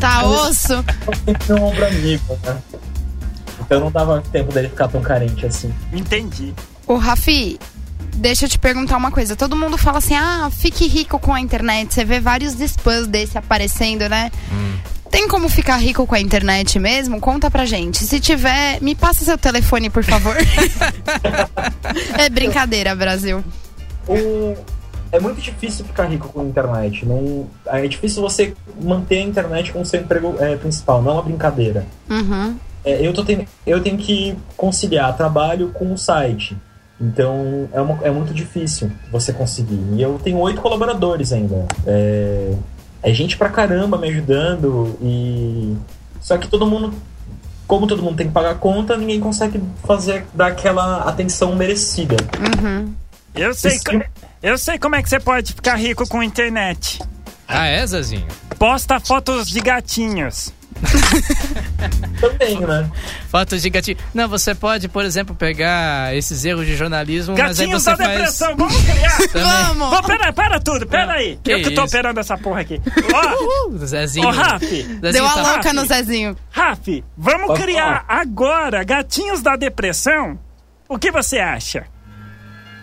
[SPEAKER 5] Tá osso.
[SPEAKER 3] Eu sempre um ombro amigo, né? Então não dava tempo dele ficar tão carente assim.
[SPEAKER 6] Entendi.
[SPEAKER 5] Ô, Rafi, deixa eu te perguntar uma coisa. Todo mundo fala assim, ah, fique rico com a internet. Você vê vários spams desse aparecendo, né?
[SPEAKER 1] Hum.
[SPEAKER 5] Tem como ficar rico com a internet mesmo? Conta pra gente. Se tiver, me passa seu telefone, por
[SPEAKER 1] [LAUGHS]
[SPEAKER 5] favor. é brincadeira, Brasil.
[SPEAKER 3] um- é muito difícil ficar rico com a internet. Não, é difícil você manter a internet como seu emprego é, principal, não é uma brincadeira.
[SPEAKER 5] Uhum.
[SPEAKER 3] É, eu, tô ten- eu tenho que conciliar trabalho com o site. Então é, uma- é muito difícil você conseguir. E eu tenho oito colaboradores ainda. É, é gente pra caramba me ajudando. E só que todo mundo, como todo mundo tem que pagar conta, ninguém consegue fazer dar aquela atenção merecida.
[SPEAKER 5] Uhum.
[SPEAKER 6] Eu sei,
[SPEAKER 3] Esse-
[SPEAKER 6] co- eu sei como é que você pode ficar rico com internet.
[SPEAKER 1] Ah, é, Zezinho?
[SPEAKER 6] Posta fotos de gatinhos.
[SPEAKER 3] Também, né?
[SPEAKER 1] Fotos de gatinho. Não, você pode, por exemplo, pegar esses erros de jornalismo, mas aí
[SPEAKER 6] Gatinhos
[SPEAKER 1] você
[SPEAKER 6] da
[SPEAKER 1] faz.
[SPEAKER 6] depressão, vamos criar!
[SPEAKER 1] [LAUGHS] Também.
[SPEAKER 5] Vamos!
[SPEAKER 6] Pô, pera, pera tudo, pera aí.
[SPEAKER 1] Ah, que
[SPEAKER 6] eu que
[SPEAKER 1] isso?
[SPEAKER 6] tô operando essa porra aqui.
[SPEAKER 1] [LAUGHS]
[SPEAKER 6] Ó,
[SPEAKER 1] Zezinho.
[SPEAKER 6] Ô, Rafi,
[SPEAKER 1] Zezinho
[SPEAKER 5] Deu a
[SPEAKER 1] tá-
[SPEAKER 5] louca no Zezinho.
[SPEAKER 6] Rafi, vamos
[SPEAKER 3] Pode
[SPEAKER 6] criar agora Gatinhos da Depressão? O que você acha?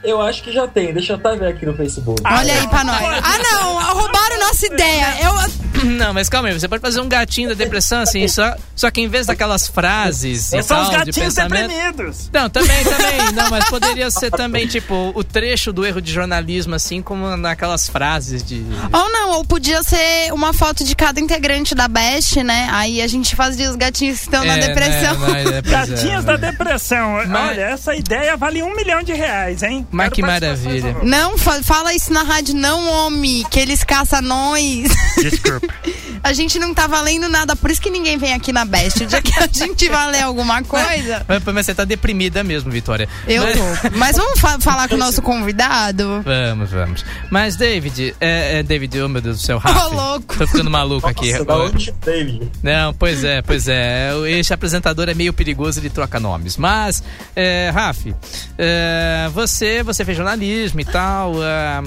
[SPEAKER 3] Eu acho que já tem, deixa eu até ver aqui no Facebook.
[SPEAKER 6] Ah,
[SPEAKER 5] Olha aí
[SPEAKER 6] não.
[SPEAKER 5] pra nós. Ah, não! Roubaram nossa ideia. Eu,
[SPEAKER 1] Não, mas calma aí, você pode fazer um gatinho da depressão, assim, só, só que em vez daquelas frases e
[SPEAKER 6] São os
[SPEAKER 1] tal, de
[SPEAKER 6] gatinhos
[SPEAKER 1] pensamento.
[SPEAKER 6] deprimidos.
[SPEAKER 1] Não, também, também. Não, mas poderia ser também, tipo, o trecho do erro de jornalismo, assim, como naquelas frases de.
[SPEAKER 5] ou não, ou podia ser uma foto de cada integrante da Best, né? Aí a gente fazia os gatinhos que estão Ah, na
[SPEAKER 1] É,
[SPEAKER 5] depressão.
[SPEAKER 1] né, né, pois é,
[SPEAKER 6] Gatinhos da
[SPEAKER 1] né.
[SPEAKER 6] Depressão.
[SPEAKER 1] Mas-
[SPEAKER 6] Olha, essa ideia vale um milhão de reais, hein?
[SPEAKER 1] Mas
[SPEAKER 6] Quero
[SPEAKER 1] que
[SPEAKER 6] participações
[SPEAKER 1] maravilha.
[SPEAKER 6] ao vivo.
[SPEAKER 5] Não, fa- fala isso na rádio, não, homem, que eles caçam nós.
[SPEAKER 6] Desculpa.
[SPEAKER 5] [LAUGHS] A gente não tá valendo nada, por isso que ninguém vem aqui na Best. O dia que a gente valer alguma coisa,
[SPEAKER 1] Mas, mas você tá deprimida mesmo, Vitória.
[SPEAKER 5] eu
[SPEAKER 1] Mas-
[SPEAKER 5] tô. Mas vamos fa- falar com o nosso convidado?
[SPEAKER 1] [LAUGHS] Vamos, vamos. Mas, David, é, é, David, oh meu Deus do céu, Rafa.
[SPEAKER 5] louco.
[SPEAKER 1] Tô ficando maluco aqui.
[SPEAKER 3] Nossa, um da onde teve?
[SPEAKER 1] Não, pois é, pois é. O ex-apresentador é meio perigoso, ele troca nomes. Mas, é, Raf, é, você, você fez jornalismo e tal. é,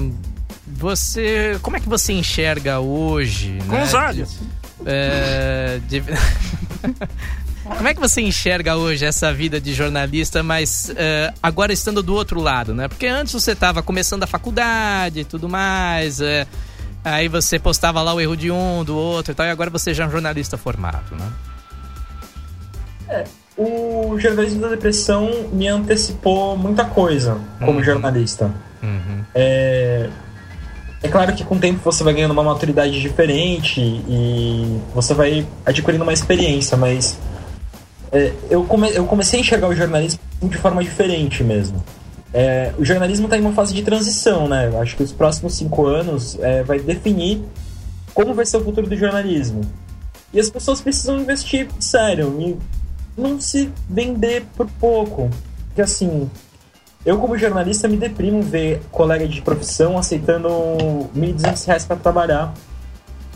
[SPEAKER 1] você. Como é que você enxerga hoje?
[SPEAKER 6] Com
[SPEAKER 1] né,
[SPEAKER 6] os
[SPEAKER 1] de-
[SPEAKER 6] olhos.
[SPEAKER 1] é, de- [LAUGHS] Como é que você enxerga hoje essa vida de jornalista, mas é, agora estando do outro lado, né? Porque antes você estava começando a faculdade e tudo mais, é, aí você postava lá o erro de um, do outro e tal, e agora você já é um jornalista formado, né?
[SPEAKER 3] O jornalismo da depressão me antecipou muita coisa como
[SPEAKER 1] Uhum.
[SPEAKER 3] jornalista.
[SPEAKER 1] Uhum.
[SPEAKER 3] É claro que com o tempo você vai ganhando uma maturidade diferente e você vai adquirindo uma experiência, mas é, eu, come- eu comecei a enxergar o jornalismo de forma diferente mesmo. É, o jornalismo está em uma fase de transição, né? Eu Acho que os próximos cinco anos é, vai definir como vai ser o futuro do jornalismo. E as pessoas precisam investir sério e não se vender por pouco. Porque assim, eu, como jornalista, me deprimo ver colega de profissão aceitando R$ 1.200 reais pra trabalhar.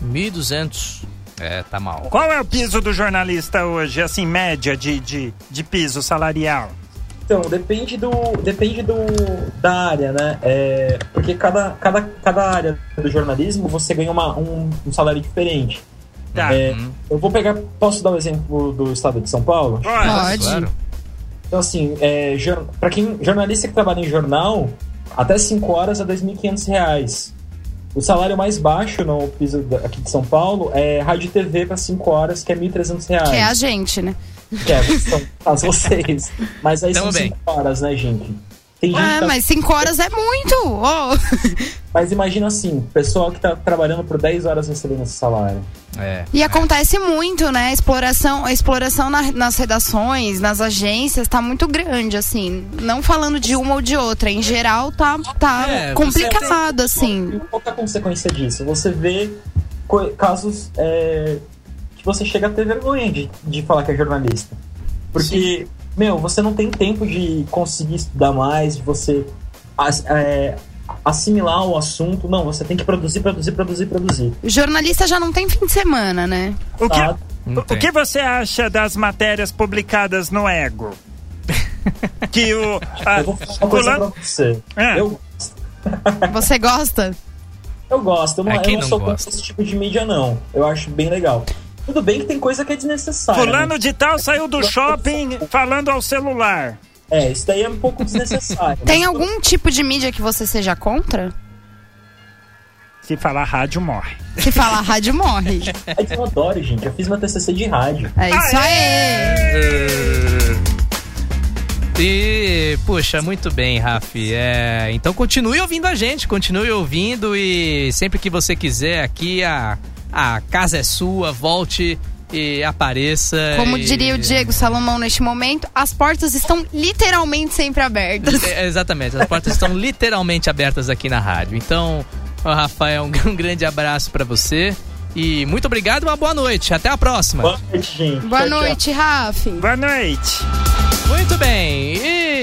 [SPEAKER 1] 1.200. É, tá mal.
[SPEAKER 6] Qual é o piso do jornalista hoje, assim, média de, de, de piso salarial?
[SPEAKER 3] Então, depende do. Depende do, da área, né? É, porque cada, cada, cada área do jornalismo você ganha uma, um, um salário diferente.
[SPEAKER 6] Tá.
[SPEAKER 3] É, eu vou pegar. Posso dar o exemplo do estado de São Paulo?
[SPEAKER 6] Olha,
[SPEAKER 5] Pode.
[SPEAKER 1] Claro.
[SPEAKER 3] Então, assim, é, jor- pra quem jornalista que trabalha em jornal, até 5 horas é R$ 2.500. reais. O salário mais baixo no piso da- aqui de São Paulo é rádio e TV para 5 horas, que é R$ 1.300. reais.
[SPEAKER 5] Que é a gente, né?
[SPEAKER 3] Que é, são as vocês. Mas aí
[SPEAKER 1] Tamo
[SPEAKER 3] são
[SPEAKER 1] bem.
[SPEAKER 3] 5 horas, né, gente? Tem gente que
[SPEAKER 5] Ah,
[SPEAKER 3] tá- mas...
[SPEAKER 5] mas cinco horas é muito! Ô,
[SPEAKER 3] imagina assim, pessoal que tá trabalhando por 10 horas recebendo esse salário.
[SPEAKER 1] É.
[SPEAKER 5] E acontece muito, né? Exploração, a exploração na- nas redações, nas agências, tá muito grande, assim. Não falando de uma ou de outra. Em geral, tá, tá
[SPEAKER 1] É, você
[SPEAKER 5] complicado, assim.
[SPEAKER 3] E qual que é a consequência disso? Você vê co- casos é, que você chega a ter vergonha de, de falar que é jornalista. Porque, meu, você não tem tempo de conseguir estudar mais, de você ass- é, assimilar o assunto. Não, você tem que produzir, produzir, produzir, produzir.
[SPEAKER 5] O jornalista já não tem fim de semana, né?
[SPEAKER 6] o que,
[SPEAKER 3] Tá?
[SPEAKER 1] Não
[SPEAKER 6] O-
[SPEAKER 1] tem.
[SPEAKER 6] O que você acha das matérias publicadas no Ego?
[SPEAKER 1] [LAUGHS]
[SPEAKER 6] que é o. a-
[SPEAKER 3] Eu vou falar uma coisa
[SPEAKER 6] fulano-
[SPEAKER 3] pra você.
[SPEAKER 6] Ah.
[SPEAKER 3] Eu
[SPEAKER 5] Você gosta?
[SPEAKER 1] [LAUGHS]
[SPEAKER 3] Eu gosto, eu não,
[SPEAKER 1] Ah, quem
[SPEAKER 3] eu
[SPEAKER 1] não
[SPEAKER 3] não sou contra
[SPEAKER 1] gosta?
[SPEAKER 3] esse tipo de mídia, não. Eu acho bem legal. Tudo bem que tem coisa que é desnecessária. né?
[SPEAKER 6] Fulano de tal saiu do shopping falando ao celular.
[SPEAKER 3] É, isso daí é um
[SPEAKER 6] [LAUGHS]
[SPEAKER 3] pouco desnecessário.
[SPEAKER 5] Tem
[SPEAKER 3] Mas
[SPEAKER 5] algum tipo de mídia que você seja contra?
[SPEAKER 6] Se falar rádio, morre.
[SPEAKER 5] Se falar rádio, morre.
[SPEAKER 3] É que eu adoro, gente. Eu fiz uma TCC de rádio.
[SPEAKER 5] É isso aí.
[SPEAKER 1] E, puxa, muito bem, Rafi. É, então continue ouvindo a gente, continue ouvindo e sempre que você quiser aqui, a, a casa é sua, volte e apareça.
[SPEAKER 5] Como
[SPEAKER 1] e-
[SPEAKER 5] diria o Diego Salomão neste momento, as portas estão literalmente sempre abertas.
[SPEAKER 1] [LAUGHS] É, exatamente, as portas estão [LAUGHS] literalmente abertas aqui na rádio. Então, ó, Rafael, um, [LAUGHS] um grande abraço pra você e muito obrigado, uma boa noite. Até a próxima.
[SPEAKER 3] Boa noite, gente.
[SPEAKER 5] Boa
[SPEAKER 3] Tchau, tchau.
[SPEAKER 5] noite, Rafi.
[SPEAKER 6] Boa noite.
[SPEAKER 1] Muito bem. E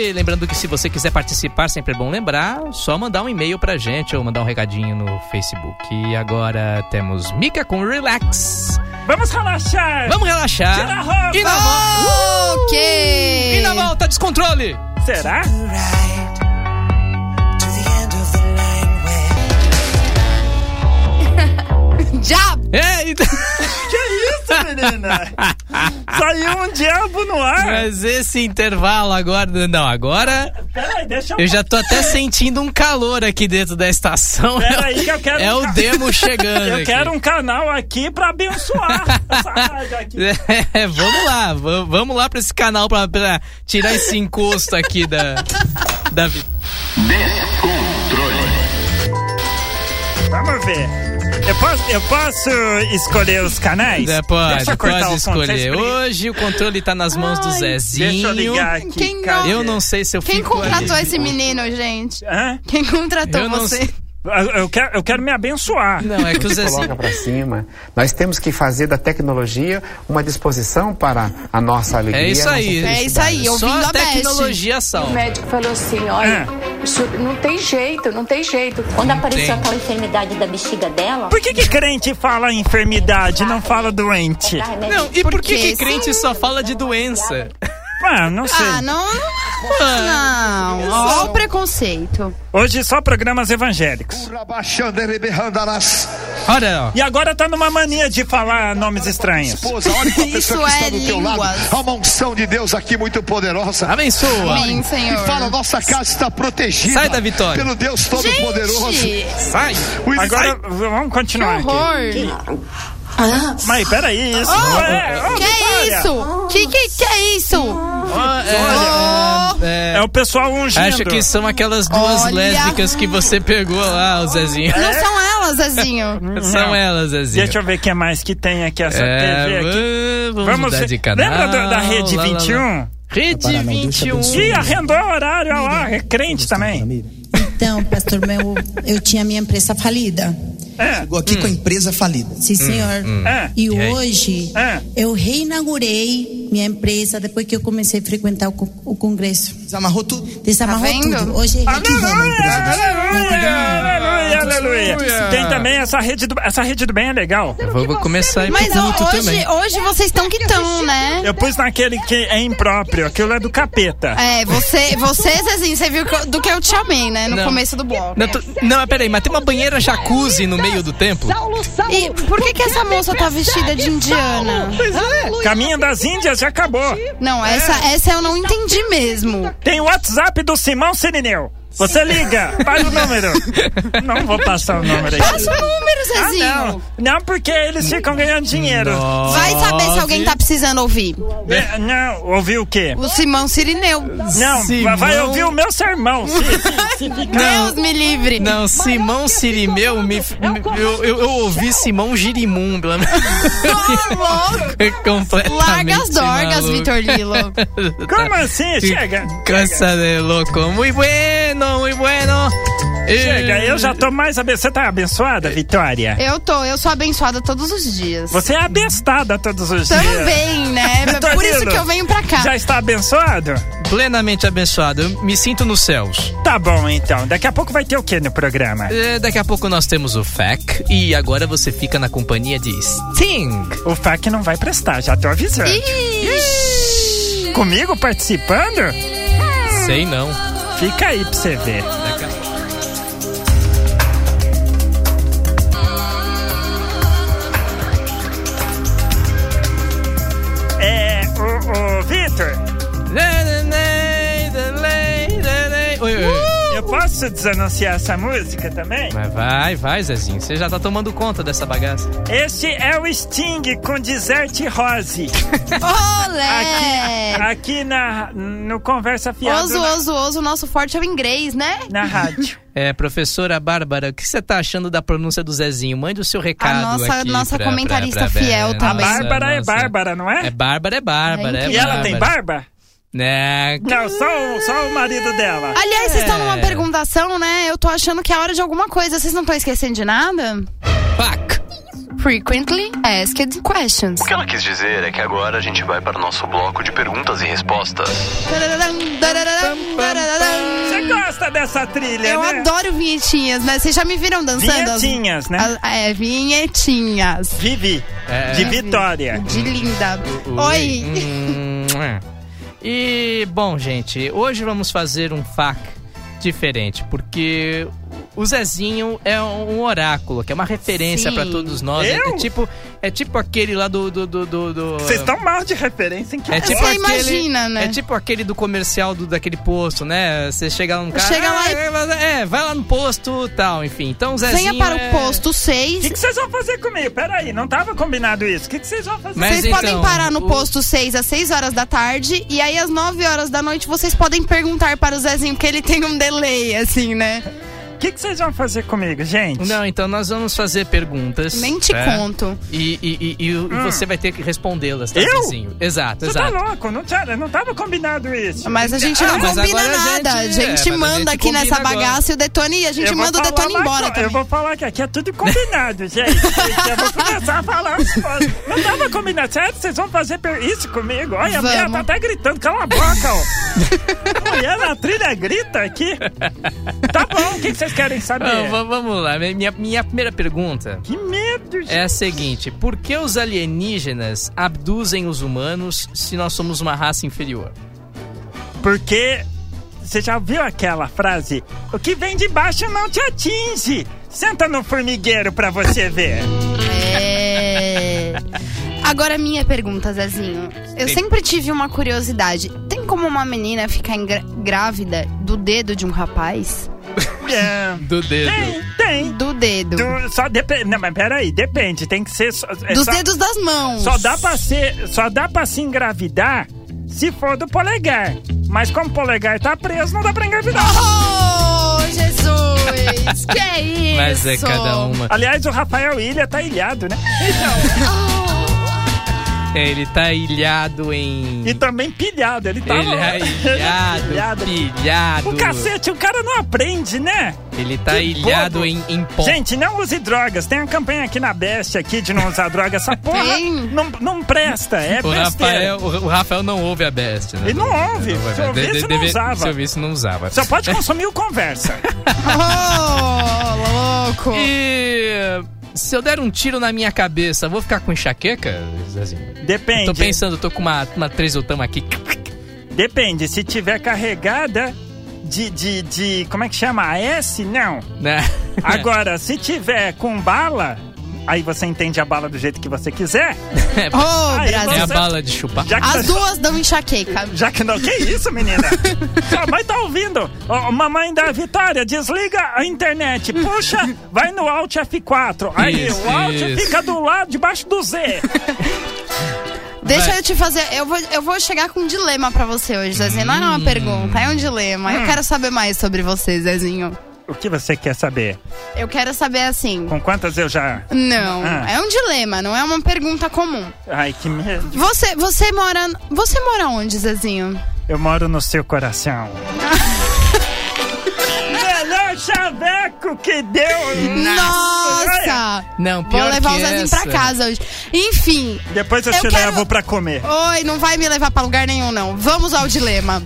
[SPEAKER 1] sempre lembrando que se você quiser participar, sempre é bom lembrar, só mandar um e-mail pra gente ou mandar um recadinho no Facebook. E agora temos Mika com Relax.
[SPEAKER 6] Vamos relaxar!
[SPEAKER 1] Vamos relaxar.
[SPEAKER 6] Tira a roupa.
[SPEAKER 1] E na, vo-
[SPEAKER 5] Ok.
[SPEAKER 1] e na volta, descontrole!
[SPEAKER 6] Será?
[SPEAKER 7] Right to the end of the line where
[SPEAKER 5] Já!
[SPEAKER 1] É, então-
[SPEAKER 6] Que isso, menina? Saiu um diabo no
[SPEAKER 1] [LAUGHS]
[SPEAKER 6] ar.
[SPEAKER 1] Mas esse intervalo agora. Não, agora
[SPEAKER 6] Peraí, deixa eu...
[SPEAKER 1] eu já tô até sentindo um calor aqui dentro da estação.
[SPEAKER 6] Peraí que eu quero...
[SPEAKER 1] É
[SPEAKER 6] um
[SPEAKER 1] o
[SPEAKER 6] ca-
[SPEAKER 1] demo
[SPEAKER 6] [LAUGHS]
[SPEAKER 1] chegando.
[SPEAKER 6] Eu
[SPEAKER 1] aqui.
[SPEAKER 6] quero um canal aqui pra abençoar
[SPEAKER 1] [LAUGHS]
[SPEAKER 6] essa rádio aqui.
[SPEAKER 1] É, vamos lá, va- vamos lá pra esse canal pra, pra tirar esse encosto aqui da, da vida.
[SPEAKER 6] Vamos ver. Eu posso, eu posso escolher os canais?
[SPEAKER 1] É, pode,
[SPEAKER 6] Deixa eu cortar
[SPEAKER 1] pode
[SPEAKER 6] o som, vocês
[SPEAKER 1] escolher.
[SPEAKER 6] brigam.
[SPEAKER 1] Hoje o controle tá nas mãos do Zezinho.
[SPEAKER 6] Deixa eu ligar aqui.
[SPEAKER 5] Quem não-
[SPEAKER 6] cadê?
[SPEAKER 1] Eu não sei se eu
[SPEAKER 5] Quem
[SPEAKER 1] fico
[SPEAKER 5] contratou
[SPEAKER 1] ali.
[SPEAKER 5] esse menino, gente?
[SPEAKER 6] Hã?
[SPEAKER 5] Quem contratou
[SPEAKER 1] Eu não
[SPEAKER 5] você?
[SPEAKER 1] sei.
[SPEAKER 6] Eu, eu quero, eu quero me abençoar.
[SPEAKER 1] Não, é que o
[SPEAKER 8] coloca
[SPEAKER 6] um
[SPEAKER 1] Zezinho.
[SPEAKER 8] para cima. Nós temos que fazer da tecnologia uma disposição para a nossa alegria.
[SPEAKER 1] É isso
[SPEAKER 8] a nossa
[SPEAKER 1] aí.
[SPEAKER 5] É isso aí, ouvindo
[SPEAKER 1] Só
[SPEAKER 5] a
[SPEAKER 1] a
[SPEAKER 5] Beth.
[SPEAKER 1] tecnologia
[SPEAKER 9] O
[SPEAKER 1] salva.
[SPEAKER 9] médico falou assim, olha, isso não tem jeito, não tem jeito.
[SPEAKER 10] Quando apareceu
[SPEAKER 1] Sim.
[SPEAKER 10] aquela enfermidade da bexiga dela,
[SPEAKER 6] Por que, que crente fala enfermidade, não fala doente?
[SPEAKER 10] dá remédio
[SPEAKER 1] Não, e por,
[SPEAKER 5] Por
[SPEAKER 1] que, que
[SPEAKER 5] quê?
[SPEAKER 1] crente só fala de doença?
[SPEAKER 6] Ah, não sei.
[SPEAKER 5] Ah, não. Não. Ó, o preconceito.
[SPEAKER 6] Hoje só programas evangélicos.
[SPEAKER 1] Olha, ó.
[SPEAKER 6] E agora tá numa mania de falar nomes estranhos.
[SPEAKER 5] Isso é línguas.
[SPEAKER 1] Abençoa.
[SPEAKER 5] Amém, Senhor.
[SPEAKER 4] nossa casa está protegida.
[SPEAKER 1] Sai da vitória.
[SPEAKER 4] Pelo Deus Todo-Poderoso.
[SPEAKER 5] Gente,
[SPEAKER 1] Sai.
[SPEAKER 11] é.
[SPEAKER 6] Agora v- vamos
[SPEAKER 5] que
[SPEAKER 6] continuar aqui.
[SPEAKER 5] horror. Oh,
[SPEAKER 6] Mas peraí, isso não é. Ô,
[SPEAKER 5] Que
[SPEAKER 6] Vitória!
[SPEAKER 5] isso? Que, que, que é isso?
[SPEAKER 1] Ó, é, é,
[SPEAKER 5] Oh.
[SPEAKER 6] É o pessoal ungindo.
[SPEAKER 1] Acho que é são aquelas duas
[SPEAKER 5] Olha.
[SPEAKER 1] lésbicas que você pegou lá, o
[SPEAKER 6] É?
[SPEAKER 1] Zezinho.
[SPEAKER 5] Não são elas, Zezinho.
[SPEAKER 1] São elas, Zezinho.
[SPEAKER 6] Deixa eu ver o que mais que tem aqui essa
[SPEAKER 1] É,
[SPEAKER 6] TV aqui.
[SPEAKER 1] vamos, vamos
[SPEAKER 6] Vamos
[SPEAKER 1] mudar
[SPEAKER 6] ver.
[SPEAKER 1] de canal.
[SPEAKER 6] Lembra do- da Rede
[SPEAKER 1] Lá, lá, lá.
[SPEAKER 6] 21?
[SPEAKER 1] Rede 21.
[SPEAKER 6] Ih, arrendou o horário, olha lá, é crente também.
[SPEAKER 12] Então, pastor, meu, eu tinha minha empresa falida.
[SPEAKER 6] É,
[SPEAKER 7] Chegou aqui com a empresa falida.
[SPEAKER 12] Sim, senhor.
[SPEAKER 6] é.
[SPEAKER 12] E,
[SPEAKER 1] E aí?
[SPEAKER 12] hoje,
[SPEAKER 6] É.
[SPEAKER 12] eu reinaugurei minha empresa depois que eu comecei a frequentar o, co- o congresso.
[SPEAKER 7] Desamarrou tudo.
[SPEAKER 12] Desamarrou
[SPEAKER 5] Tá vendo?
[SPEAKER 12] tudo. Hoje é que vamos.
[SPEAKER 6] Aleluia, aleluia, aleluia, aleluia. Tem também essa rede do, essa rede do bem é legal.
[SPEAKER 1] Eu vou, vou começar a ir pro
[SPEAKER 5] Mas ó,
[SPEAKER 1] culto também.
[SPEAKER 5] hoje, hoje vocês estão que estão, né?
[SPEAKER 6] Eu pus naquele que é impróprio, aquilo é do capeta.
[SPEAKER 5] É, você, você, Zezinho, você viu que eu- do que eu te chamei, né? No
[SPEAKER 1] Não.
[SPEAKER 5] começo do bloco.
[SPEAKER 1] Não, tu- não, mas peraí, mas tem uma banheira jacuzzi no meio do templo?
[SPEAKER 5] E por que, que essa moça tá vestida de indiana?
[SPEAKER 6] Caminho das Índias já acabou.
[SPEAKER 5] Não,
[SPEAKER 6] É.
[SPEAKER 5] essa, essa eu não entendi mesmo.
[SPEAKER 6] Tem o WhatsApp do Simão Sirineu. Você liga,
[SPEAKER 5] [LAUGHS]
[SPEAKER 6] para o número. Não vou passar o número aí.
[SPEAKER 5] Passa o número,
[SPEAKER 6] Ah,
[SPEAKER 5] Zezinho.
[SPEAKER 6] não. Não, porque eles ficam ganhando dinheiro.
[SPEAKER 5] Vai saber se alguém tá precisando ouvir.
[SPEAKER 6] É, não, ouviu o quê?
[SPEAKER 5] O Simão Sirineu.
[SPEAKER 6] Não,
[SPEAKER 1] Simão-
[SPEAKER 6] vai ouvir o
[SPEAKER 5] [LAUGHS]
[SPEAKER 6] meu sermão. Se, se, se ficar...
[SPEAKER 5] Deus me livre.
[SPEAKER 1] Não, Simão Sirimeu, me, me- eu, eu, eu ouvi Simão Girimum, pelo menos.
[SPEAKER 5] Ô, Tá
[SPEAKER 1] [LAUGHS]
[SPEAKER 5] louco.
[SPEAKER 1] Completamente
[SPEAKER 5] Larga
[SPEAKER 6] Tá
[SPEAKER 5] as dorgas,
[SPEAKER 1] maluco.
[SPEAKER 5] Vitor Lilo.
[SPEAKER 1] [LAUGHS]
[SPEAKER 6] [LAUGHS] Como assim? Chega.
[SPEAKER 1] Casa de louco, muy bueno, muy bueno.
[SPEAKER 6] Chega, eu já tô mais abençoada. Você tá abençoada, Vitória?
[SPEAKER 5] Eu tô, eu sou abençoada todos os dias.
[SPEAKER 6] Você é abençoada todos os dias.
[SPEAKER 5] Também,
[SPEAKER 6] [LAUGHS]
[SPEAKER 5] né?
[SPEAKER 6] Vitor
[SPEAKER 5] Por isso
[SPEAKER 6] Lilo,
[SPEAKER 5] que eu venho pra
[SPEAKER 6] Já
[SPEAKER 5] cá.
[SPEAKER 6] está abençoado?
[SPEAKER 1] Plenamente abençoado, eu me sinto nos céus.
[SPEAKER 6] Tá bom, então. Daqui a pouco vai ter o que no programa?
[SPEAKER 1] É, daqui a pouco nós temos o FAC e agora você fica na companhia de Sting.
[SPEAKER 6] O FAC não vai prestar, já tô avisando. Comigo participando?
[SPEAKER 1] Sei não.
[SPEAKER 6] Fica aí pra você ver. É, o, o Vitor,
[SPEAKER 1] Oi, oi, oi.
[SPEAKER 6] eu posso desanunciar essa música também?
[SPEAKER 1] Mas vai, vai, Zezinho. Você já tá tomando conta dessa bagaça.
[SPEAKER 6] Este é o Sting com Desert Rose.
[SPEAKER 5] Olé!
[SPEAKER 6] tá. Aqui, aqui na, no Conversa Fiada
[SPEAKER 5] É. Oso,
[SPEAKER 6] na,
[SPEAKER 5] oso, oso, nosso forte é o inglês, né?
[SPEAKER 6] na rádio.
[SPEAKER 1] É, professora Bárbara, o que você tá achando da pronúncia do Zezinho? Mande o seu recado
[SPEAKER 5] nossa-
[SPEAKER 1] aqui
[SPEAKER 5] nossa
[SPEAKER 1] pra- pra-
[SPEAKER 5] comentarista
[SPEAKER 1] pra- pra-
[SPEAKER 5] fiel
[SPEAKER 1] nossa,
[SPEAKER 5] também.
[SPEAKER 6] Bárbara é
[SPEAKER 1] nossa.
[SPEAKER 6] Bárbara, não é?
[SPEAKER 1] É Bárbara, é Bárbara.
[SPEAKER 5] É
[SPEAKER 1] É
[SPEAKER 5] incrível.
[SPEAKER 6] E ela tem barba?
[SPEAKER 1] É,
[SPEAKER 6] Não, só, o- só o marido dela.
[SPEAKER 5] Aliás, vocês estão numa
[SPEAKER 1] É.
[SPEAKER 5] perguntação, né? Eu tô achando que é hora de alguma coisa. Vocês não estão esquecendo de nada?
[SPEAKER 1] fuck.
[SPEAKER 13] Frequently Asked Questions.
[SPEAKER 11] O que ela quis dizer é que agora a gente vai para o nosso bloco de perguntas e respostas.
[SPEAKER 6] Você gosta dessa trilha,
[SPEAKER 5] Eu
[SPEAKER 6] né?
[SPEAKER 5] adoro vinhetinhas, né? Vocês já me viram dançando? as-
[SPEAKER 6] Vinhetinhas, né?
[SPEAKER 5] as- é, vinhetinhas.
[SPEAKER 6] Vivi,
[SPEAKER 1] É.
[SPEAKER 6] de Vitória.
[SPEAKER 5] De linda.
[SPEAKER 1] Ui.
[SPEAKER 5] Oi.
[SPEAKER 1] Hum, é. E, bom, gente, hoje vamos fazer um FAQ diferente, porque o Zezinho é um oráculo, que é uma referência
[SPEAKER 6] Sim.
[SPEAKER 1] pra todos nós. É, é
[SPEAKER 6] Eu?
[SPEAKER 1] tipo, é tipo aquele lá do. do, do, do- do-
[SPEAKER 6] Vocês
[SPEAKER 5] tá-
[SPEAKER 6] estão mal de referência em que
[SPEAKER 1] É tipo
[SPEAKER 6] bloco?
[SPEAKER 1] aquele,
[SPEAKER 5] né?
[SPEAKER 1] É tipo aquele do comercial do, daquele posto, né? Você chega lá no cara.
[SPEAKER 5] Chega lá
[SPEAKER 1] lá e... É, vai lá no posto tal, enfim. Então, o Zezinho.
[SPEAKER 5] Venha para
[SPEAKER 1] é-
[SPEAKER 5] o posto 6.
[SPEAKER 6] O que que vocês vão fazer comigo? Peraí, não tava combinado isso. O que que vocês vão fazer?
[SPEAKER 5] vocês podem parar no posto 6 às 6 horas da tarde e aí às 9 horas da noite vocês podem perguntar para o Zezinho, porque ele tem um delay, assim, né?
[SPEAKER 6] O que, que vocês vão fazer comigo, gente?
[SPEAKER 1] Não, então nós vamos fazer perguntas. né?
[SPEAKER 5] Nem te
[SPEAKER 6] É.
[SPEAKER 5] conto.
[SPEAKER 1] E, e- e- e o- e
[SPEAKER 6] Hum.
[SPEAKER 1] você vai ter que respondê-las, tá,
[SPEAKER 6] Eu?
[SPEAKER 1] Zezinho? Exato,
[SPEAKER 6] Você tá
[SPEAKER 1] exato.
[SPEAKER 6] louco? Não, tinha- não tava combinado isso.
[SPEAKER 5] Mas a gente
[SPEAKER 6] Ah,
[SPEAKER 5] não
[SPEAKER 6] mas
[SPEAKER 5] combina
[SPEAKER 6] agora
[SPEAKER 5] nada. A gente,
[SPEAKER 6] é, mas a
[SPEAKER 5] manda
[SPEAKER 6] gente
[SPEAKER 5] aqui nessa
[SPEAKER 6] combina agora.
[SPEAKER 5] bagaça e o Detone, e a gente
[SPEAKER 6] Eu vou
[SPEAKER 5] manda o
[SPEAKER 6] falar
[SPEAKER 5] Detone
[SPEAKER 6] lá
[SPEAKER 5] embora
[SPEAKER 6] co- Eu
[SPEAKER 5] também.
[SPEAKER 6] vou falar que aqui é tudo combinado, [LAUGHS] gente. eu vou começar a falar as coisas. Não tava combinado. Sério, vocês vão fazer per- isso comigo? Olha, a mulher tá
[SPEAKER 5] Vamos.
[SPEAKER 6] até gritando. Cala a boca, ó. a mulher na trilha grita aqui. Tá bom, o que que vocês querem saber?
[SPEAKER 1] Ah, va- vamos lá, minha, minha primeira pergunta
[SPEAKER 6] Que medo, gente.
[SPEAKER 1] é a seguinte: por que os alienígenas abduzem os humanos se nós somos uma raça inferior?
[SPEAKER 6] Porque você já viu aquela frase? O que vem de baixo não te atinge. Senta no formigueiro pra você ver. [LAUGHS]
[SPEAKER 5] É. Agora, minha pergunta, Zezinho. Eu
[SPEAKER 6] Sim.
[SPEAKER 5] sempre tive uma curiosidade. Tem como uma menina ficar engra- grávida do dedo de um rapaz?
[SPEAKER 6] É.
[SPEAKER 1] Do dedo.
[SPEAKER 6] Tem.
[SPEAKER 5] Do dedo.
[SPEAKER 6] Do- só depende. Não, mas peraí, depende. Tem que ser. só- é
[SPEAKER 5] Dos
[SPEAKER 6] só-
[SPEAKER 5] dedos das mãos.
[SPEAKER 6] Só dá pra ser. Só dá pra se engravidar se for do polegar. Mas como o polegar tá preso, não dá pra engravidar.
[SPEAKER 5] Oh, Jesus! que é isso?
[SPEAKER 1] [LAUGHS] Mas é cada uma.
[SPEAKER 6] Aliás, o Rafael Ilha tá ilhado, né?
[SPEAKER 1] É, Ele tá ilhado em.
[SPEAKER 6] E também pilhado. [LAUGHS] Ele Então, tá
[SPEAKER 1] Ele é ilhado, pilhado.
[SPEAKER 6] O cacete, o cara não aprende, né?
[SPEAKER 1] Ele tá
[SPEAKER 6] Que
[SPEAKER 1] ilhado
[SPEAKER 6] bobo.
[SPEAKER 1] em, em pó.
[SPEAKER 6] Gente, não use drogas. Tem uma campanha aqui na Best aqui de não usar
[SPEAKER 1] [LAUGHS]
[SPEAKER 6] droga. Essa porra não, não presta. É
[SPEAKER 1] o,
[SPEAKER 6] besteira.
[SPEAKER 1] Rafael, o Rafael não ouve a best, né?
[SPEAKER 6] Ele não ouve.
[SPEAKER 1] vai-
[SPEAKER 6] Se ouvisse, não
[SPEAKER 1] deve-
[SPEAKER 6] usava.
[SPEAKER 1] Se ouvisse, não usava.
[SPEAKER 6] Só pode consumir o
[SPEAKER 1] [LAUGHS]
[SPEAKER 6] conversa.
[SPEAKER 5] Oh, louco!
[SPEAKER 1] E se eu der um tiro na minha cabeça, vou ficar com enxaqueca? Zezinho?
[SPEAKER 6] Depende.
[SPEAKER 1] Tô pensando, tô com uma, uma tresotama aqui.
[SPEAKER 6] Depende. Se tiver carregada de, de, de. Como é que chama? AS? Não.
[SPEAKER 1] Né?
[SPEAKER 6] Agora, se tiver com bala, aí você entende a bala do jeito que você quiser.
[SPEAKER 5] Ô,
[SPEAKER 6] Aí
[SPEAKER 5] Brasil.
[SPEAKER 1] [LAUGHS] É a
[SPEAKER 6] você-
[SPEAKER 1] bala de chupar.
[SPEAKER 6] Já que
[SPEAKER 5] As
[SPEAKER 6] você-
[SPEAKER 5] duas dão enxaqueca.
[SPEAKER 6] Já que não. Que
[SPEAKER 1] [LAUGHS]
[SPEAKER 6] isso, menina? Sua mãe tá ouvindo. Ó, mamãe da Vitória, desliga a internet. Puxa, vai no Alt F4. Aí
[SPEAKER 1] Isso,
[SPEAKER 6] o Alt
[SPEAKER 1] isso.
[SPEAKER 6] fica do lado, debaixo do Z.
[SPEAKER 5] Deixa
[SPEAKER 1] Vai.
[SPEAKER 5] eu te fazer. Eu vou, eu vou chegar com um dilema pra você hoje, Zezinho. Não é
[SPEAKER 1] Hum.
[SPEAKER 5] uma pergunta, é um dilema.
[SPEAKER 6] Hum.
[SPEAKER 5] Eu quero saber mais sobre você, Zezinho.
[SPEAKER 6] O que você quer saber?
[SPEAKER 5] Eu quero saber assim.
[SPEAKER 6] Com quantas eu já.
[SPEAKER 5] Não,
[SPEAKER 6] Ah.
[SPEAKER 5] é um dilema, não é uma pergunta comum.
[SPEAKER 6] Ai, que medo.
[SPEAKER 5] Você, você mora. Você mora onde, Zezinho?
[SPEAKER 6] Eu moro no
[SPEAKER 1] [LAUGHS]
[SPEAKER 6] seu coração. Melhor chaveco que deu.
[SPEAKER 5] Nossa!
[SPEAKER 1] Não,
[SPEAKER 5] Vou
[SPEAKER 1] pior
[SPEAKER 5] levar
[SPEAKER 1] que
[SPEAKER 5] o Zezinho pra
[SPEAKER 1] essa.
[SPEAKER 5] casa hoje. Enfim.
[SPEAKER 6] Depois eu,
[SPEAKER 5] Eu
[SPEAKER 6] te
[SPEAKER 5] quero-
[SPEAKER 6] levo pra comer.
[SPEAKER 5] Oi, não vai me levar pra lugar nenhum, não. Vamos ao dilema.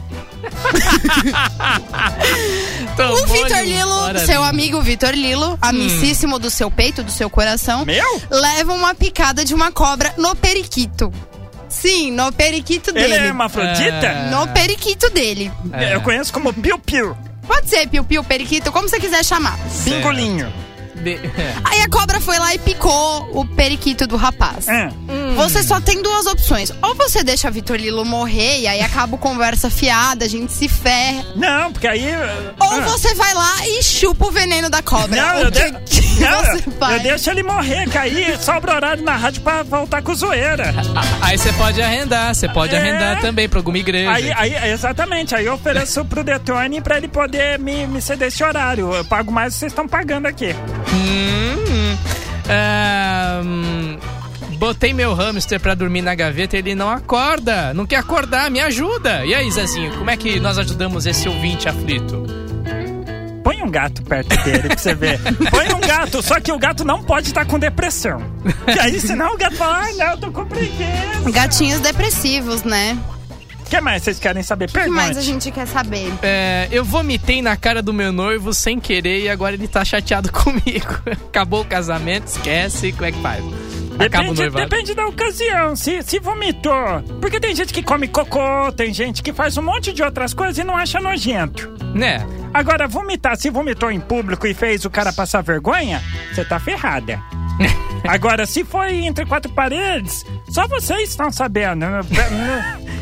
[SPEAKER 1] Tomou
[SPEAKER 5] O Um Vitor
[SPEAKER 1] de
[SPEAKER 5] Lilo,
[SPEAKER 1] fora,
[SPEAKER 5] seu
[SPEAKER 1] né?
[SPEAKER 5] amigo Vitor Lilo, amicíssimo do seu peito, do seu coração,
[SPEAKER 6] Hum. Meu?
[SPEAKER 5] leva uma picada de uma cobra no periquito. Sim, no periquito
[SPEAKER 6] Ele
[SPEAKER 5] dele.
[SPEAKER 6] é hermafrodita?
[SPEAKER 1] É.
[SPEAKER 5] No periquito dele.
[SPEAKER 1] É.
[SPEAKER 6] Eu conheço como Piu Piu.
[SPEAKER 5] Pode ser piu-piu, periquito, como você quiser chamar.
[SPEAKER 6] Pingolinho.
[SPEAKER 1] [LAUGHS] Be-
[SPEAKER 5] Aí a cobra foi lá e picou o periquito do rapaz.
[SPEAKER 6] Ah.
[SPEAKER 5] Você só tem duas opções. Ou você deixa Vitor Lilo morrer e aí acaba o conversa fiada, a gente se ferra.
[SPEAKER 6] Não, porque aí.
[SPEAKER 5] Ou
[SPEAKER 6] ah.
[SPEAKER 5] você vai lá e chupa o veneno da cobra.
[SPEAKER 6] Não,
[SPEAKER 5] O
[SPEAKER 6] eu,
[SPEAKER 5] que,
[SPEAKER 6] de-
[SPEAKER 5] que
[SPEAKER 6] [LAUGHS] Não,
[SPEAKER 5] você
[SPEAKER 6] eu- eu
[SPEAKER 5] faz?
[SPEAKER 6] deixo ele morrer, cair, sobra horário na rádio pra voltar com zoeira.
[SPEAKER 1] Ah, Aí você pode arrendar, você pode
[SPEAKER 6] É.
[SPEAKER 1] arrendar também pra alguma igreja.
[SPEAKER 6] Aí, aí, exatamente, aí eu ofereço pro Detone pra ele poder me, me ceder esse horário. Eu pago mais do que vocês estão pagando aqui.
[SPEAKER 1] Hum, hum. Ah, hum. Botei meu hamster pra dormir na gaveta e ele não acorda. Não quer acordar, me ajuda. E aí, Zezinho, como é que nós ajudamos esse ouvinte aflito?
[SPEAKER 6] Põe um gato perto dele pra você ver. Põe um gato, só que o gato não pode estar com depressão. Que aí senão o gato fala, ai não, eu tô com preguiça.
[SPEAKER 5] Gatinhos depressivos, né?
[SPEAKER 6] O que mais vocês querem saber?
[SPEAKER 5] O que
[SPEAKER 6] Pergunte.
[SPEAKER 5] mais a gente quer saber?
[SPEAKER 1] É, eu vomitei na cara do meu noivo sem querer e agora ele tá chateado [LAUGHS] comigo. Acabou o casamento, esquece, como é que faz? Acaba o
[SPEAKER 6] Depende,
[SPEAKER 1] noivado.
[SPEAKER 6] depende da ocasião, se, se vomitou. Porque tem gente que come cocô, tem gente que faz um monte de outras coisas e não acha nojento.
[SPEAKER 1] Né?
[SPEAKER 6] Agora, vomitar, se vomitou em público e fez o cara passar vergonha, você tá
[SPEAKER 1] [LAUGHS]
[SPEAKER 6] ferrada. Agora, se foi entre quatro paredes, só vocês estão sabendo. né?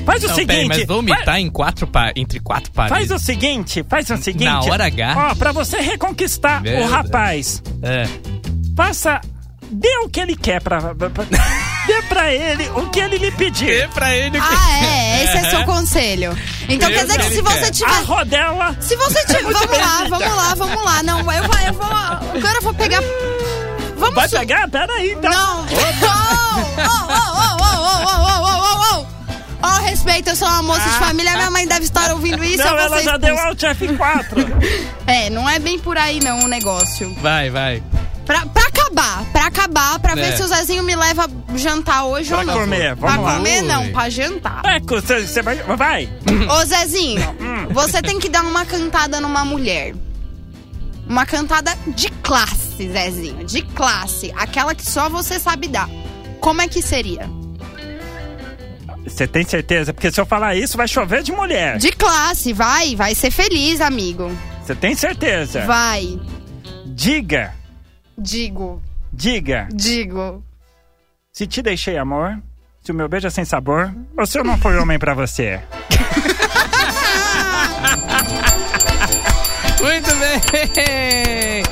[SPEAKER 6] Faz o
[SPEAKER 1] Não,
[SPEAKER 6] seguinte.
[SPEAKER 1] peraí, mas vomitar em quatro pa- entre quatro paredes.
[SPEAKER 6] Faz o seguinte, faz o seguinte.
[SPEAKER 1] Na hora H?
[SPEAKER 6] Ó, pra você reconquistar
[SPEAKER 1] Meu
[SPEAKER 6] o
[SPEAKER 1] Deus.
[SPEAKER 6] rapaz,
[SPEAKER 1] É.
[SPEAKER 6] faça. Dê o que ele quer pra.
[SPEAKER 5] [LAUGHS]
[SPEAKER 6] pra- pra- dê pra ele o que ele lhe pedir. Dê
[SPEAKER 1] pra ele o que
[SPEAKER 5] Ah, é, esse é seu conselho. Então quer dizer que se você
[SPEAKER 6] A
[SPEAKER 5] tiver.
[SPEAKER 6] rodela.
[SPEAKER 5] Se você tiver. Vamos lá, vamos lá, vamos lá. Não, eu vou. Eu vou agora eu vou pegar. Vamos
[SPEAKER 6] Vai pegar? Peraí, então.
[SPEAKER 5] Não! Oh, oh, oh, oh, oh, oh, oh, oh, oh, oh, oh. Ó, respeito, eu sou uma moça de família, minha mãe deve estar ouvindo isso.
[SPEAKER 6] Ah, tá.
[SPEAKER 5] é
[SPEAKER 6] Não,
[SPEAKER 5] eu vou
[SPEAKER 6] ela
[SPEAKER 5] ser
[SPEAKER 6] já
[SPEAKER 5] expulsa.
[SPEAKER 6] deu
[SPEAKER 5] [LAUGHS]
[SPEAKER 6] Alt F4.
[SPEAKER 5] É, não é bem por aí não o negócio.
[SPEAKER 1] Vai, vai.
[SPEAKER 5] Pra, pra acabar, pra acabar, pra
[SPEAKER 1] É.
[SPEAKER 5] ver se o Zezinho me leva jantar hoje
[SPEAKER 6] Pra
[SPEAKER 5] ou não.
[SPEAKER 6] comer, vamos
[SPEAKER 5] pra
[SPEAKER 6] lá.
[SPEAKER 5] comer não,
[SPEAKER 6] Ui.
[SPEAKER 5] pra jantar.
[SPEAKER 6] Marcos, É, você você vai. Vai!
[SPEAKER 5] Ô
[SPEAKER 6] [LAUGHS]
[SPEAKER 5] Zezinho,
[SPEAKER 6] Hum.
[SPEAKER 5] você tem que dar uma cantada numa mulher. Uma cantada de classe, Zezinho. De classe. Aquela que só você sabe dar. Como é que seria?
[SPEAKER 6] Você tem certeza? Porque se eu falar isso, vai chover de mulher.
[SPEAKER 5] De classe, vai, vai ser feliz, amigo.
[SPEAKER 6] Você tem certeza?
[SPEAKER 5] Vai.
[SPEAKER 6] Diga,
[SPEAKER 5] Digo,
[SPEAKER 6] diga.
[SPEAKER 5] digo.
[SPEAKER 6] Se te deixei amor, se o meu beijo é sem sabor, ou se eu não fui homem
[SPEAKER 5] [LAUGHS]
[SPEAKER 6] pra você.
[SPEAKER 1] Muito bem!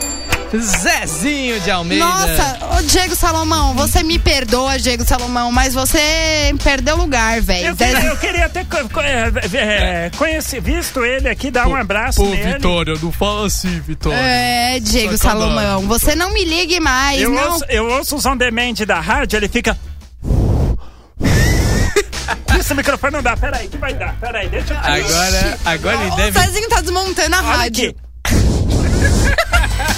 [SPEAKER 1] Zezinho de Almeida.
[SPEAKER 5] Nossa, ô Diego Salomão, você me perdoa, Diego Salomão, mas você perdeu lugar, velho.
[SPEAKER 6] Eu queria, eu queria ter co- co- é, é, é, conheci- visto ele aqui, dar um abraço
[SPEAKER 1] Pô,
[SPEAKER 6] nele.
[SPEAKER 1] Vitória, não fala assim, Vitória.
[SPEAKER 5] É, Diego
[SPEAKER 6] Sacanagem.
[SPEAKER 5] Salomão, você não me ligue mais,
[SPEAKER 6] Eu
[SPEAKER 5] não.
[SPEAKER 6] ouço, eu ouço os on demand da rádio,
[SPEAKER 5] [LAUGHS]
[SPEAKER 6] ele fica. Esse microfone não dá, peraí, que vai dar? Peraí, deixa eu.
[SPEAKER 1] Agora, agora ele
[SPEAKER 5] O
[SPEAKER 1] deve.
[SPEAKER 5] Zezinho tá desmontando a é rádio.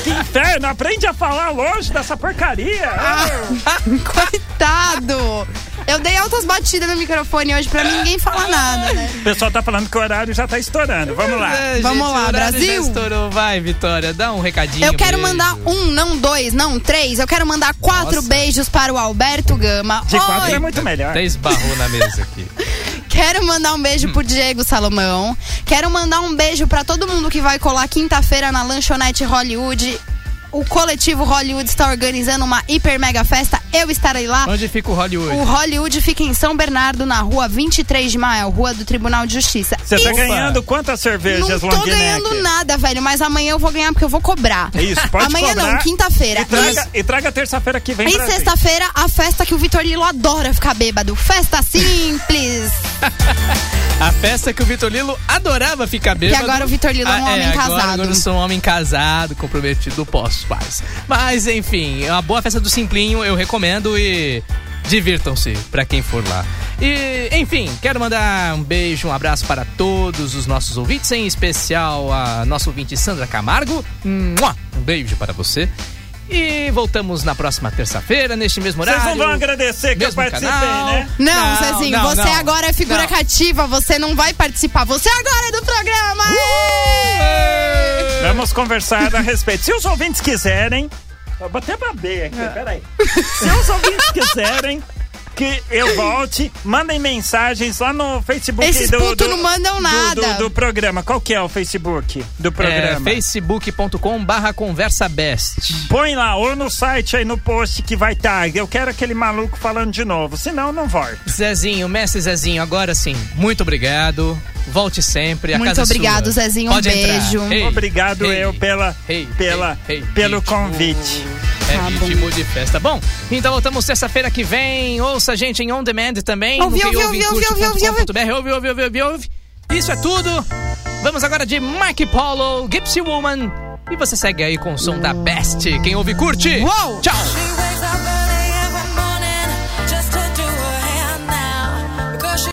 [SPEAKER 6] Que inferno, aprende a falar longe dessa porcaria.
[SPEAKER 5] [LAUGHS] Ah. Coitado! Eu dei altas batidas no microfone hoje pra ninguém falar nada, né?
[SPEAKER 6] O pessoal tá falando que o horário já tá estourando. Vamos lá.
[SPEAKER 1] É, gente,
[SPEAKER 5] Vamos lá,
[SPEAKER 1] o horário já
[SPEAKER 5] Brasil.
[SPEAKER 1] Estourou. Vai, Vitória, dá um recadinho.
[SPEAKER 5] Eu quero
[SPEAKER 1] pra
[SPEAKER 5] mandar um, não dois, não três. Eu quero mandar quatro
[SPEAKER 1] Nossa.
[SPEAKER 5] beijos para o Alberto Gama.
[SPEAKER 6] De quatro
[SPEAKER 5] Oi,
[SPEAKER 6] é muito melhor.
[SPEAKER 1] Até esbarrou na mesa
[SPEAKER 5] [LAUGHS]
[SPEAKER 1] aqui.
[SPEAKER 5] Quero mandar um
[SPEAKER 6] Hum.
[SPEAKER 5] beijo pro Diego Salomão. Quero mandar um beijo pra todo mundo que vai colar quinta-feira na lanchonete Hollywood. O coletivo Hollywood está organizando uma hiper mega festa. Eu estarei lá.
[SPEAKER 1] Onde fica o Hollywood?
[SPEAKER 5] O Hollywood fica em São Bernardo, na rua 23 de maio, rua do Tribunal de Justiça.
[SPEAKER 6] Você tá
[SPEAKER 5] E
[SPEAKER 6] ganhando quantas cervejas,
[SPEAKER 5] Não tô
[SPEAKER 6] Long
[SPEAKER 5] ganhando
[SPEAKER 6] Neck?
[SPEAKER 5] nada, velho, mas amanhã eu vou ganhar porque eu vou cobrar.
[SPEAKER 6] É Isso, pode
[SPEAKER 5] Amanhã
[SPEAKER 6] cobrar.
[SPEAKER 5] não, quinta-feira.
[SPEAKER 6] E traga, e traga terça-feira que vem
[SPEAKER 5] Em
[SPEAKER 6] pra mim.
[SPEAKER 5] sexta-feira, a festa que o Vitor Lilo adora ficar bêbado. Festa simples.
[SPEAKER 1] A festa que o Vitor Lilo adorava ficar bêbado. Ah,
[SPEAKER 5] agora o Vitor Lilo é um homem
[SPEAKER 1] agora-
[SPEAKER 5] casado.
[SPEAKER 1] Agora eu sou um homem casado, comprometido, posso mais. Mas, enfim, é uma boa festa do Simplinho, eu recomendo e divirtam-se pra quem for lá. E, enfim, quero mandar um beijo, um abraço para todos os nossos ouvintes, em especial a nossa ouvinte Sandra Camargo. Mua! Um beijo para você. E voltamos na próxima terça-feira, neste mesmo horário.
[SPEAKER 6] Vocês não vão agradecer que eu
[SPEAKER 1] mesmo
[SPEAKER 6] participei,
[SPEAKER 1] canal.
[SPEAKER 6] né?
[SPEAKER 5] Não,
[SPEAKER 1] Não,
[SPEAKER 5] Zezinho,
[SPEAKER 1] não,
[SPEAKER 5] você
[SPEAKER 1] não.
[SPEAKER 5] agora é figura
[SPEAKER 1] Não.
[SPEAKER 5] cativa, você não vai participar. Você agora é do programa!
[SPEAKER 6] Vamos conversar a respeito. Se os ouvintes quiserem. Eu botei pra B aqui,
[SPEAKER 5] Ah.
[SPEAKER 6] peraí. Se os ouvintes quiserem que eu volte, mandem mensagens lá no Facebook
[SPEAKER 5] Esses
[SPEAKER 6] do,
[SPEAKER 5] putos
[SPEAKER 6] do,
[SPEAKER 5] não mandam
[SPEAKER 6] do-
[SPEAKER 5] nada.
[SPEAKER 6] Do, do programa. Qual que é o Facebook do
[SPEAKER 1] É,
[SPEAKER 6] programa?
[SPEAKER 1] facebook.com barra conversa best.
[SPEAKER 6] Põe lá, ou no site aí no post que vai estar. Eu quero aquele maluco falando de novo, senão não volta.
[SPEAKER 1] Zezinho, mestre Zezinho, agora sim, muito obrigado. Volte sempre. A
[SPEAKER 5] Muito
[SPEAKER 1] casa é
[SPEAKER 5] obrigado,
[SPEAKER 1] sua.
[SPEAKER 5] Zezinho, um
[SPEAKER 1] Pode entrar.
[SPEAKER 5] beijo.
[SPEAKER 1] Ei,
[SPEAKER 6] Obrigado
[SPEAKER 1] ei,
[SPEAKER 6] eu pela,
[SPEAKER 1] ei,
[SPEAKER 6] pela,
[SPEAKER 1] ei, ei,
[SPEAKER 6] pelo
[SPEAKER 1] ritmo.
[SPEAKER 6] convite.
[SPEAKER 1] É ritmo de festa. Bom, então voltamos terça-feira que vem. Ouça a gente em On Demand também.
[SPEAKER 5] Ouvi,
[SPEAKER 1] no
[SPEAKER 5] ouvi, ouvi, ouvi, ouvi, ouvi, ouvi.
[SPEAKER 1] ouvi, ouvi, ouvi, ouvi, ouvi, ouve. Isso é tudo. Vamos agora de Mike Polo, Gypsy Woman. E você segue aí com o som da Best. Quem ouve, curte.
[SPEAKER 5] Uou!
[SPEAKER 1] Tchau.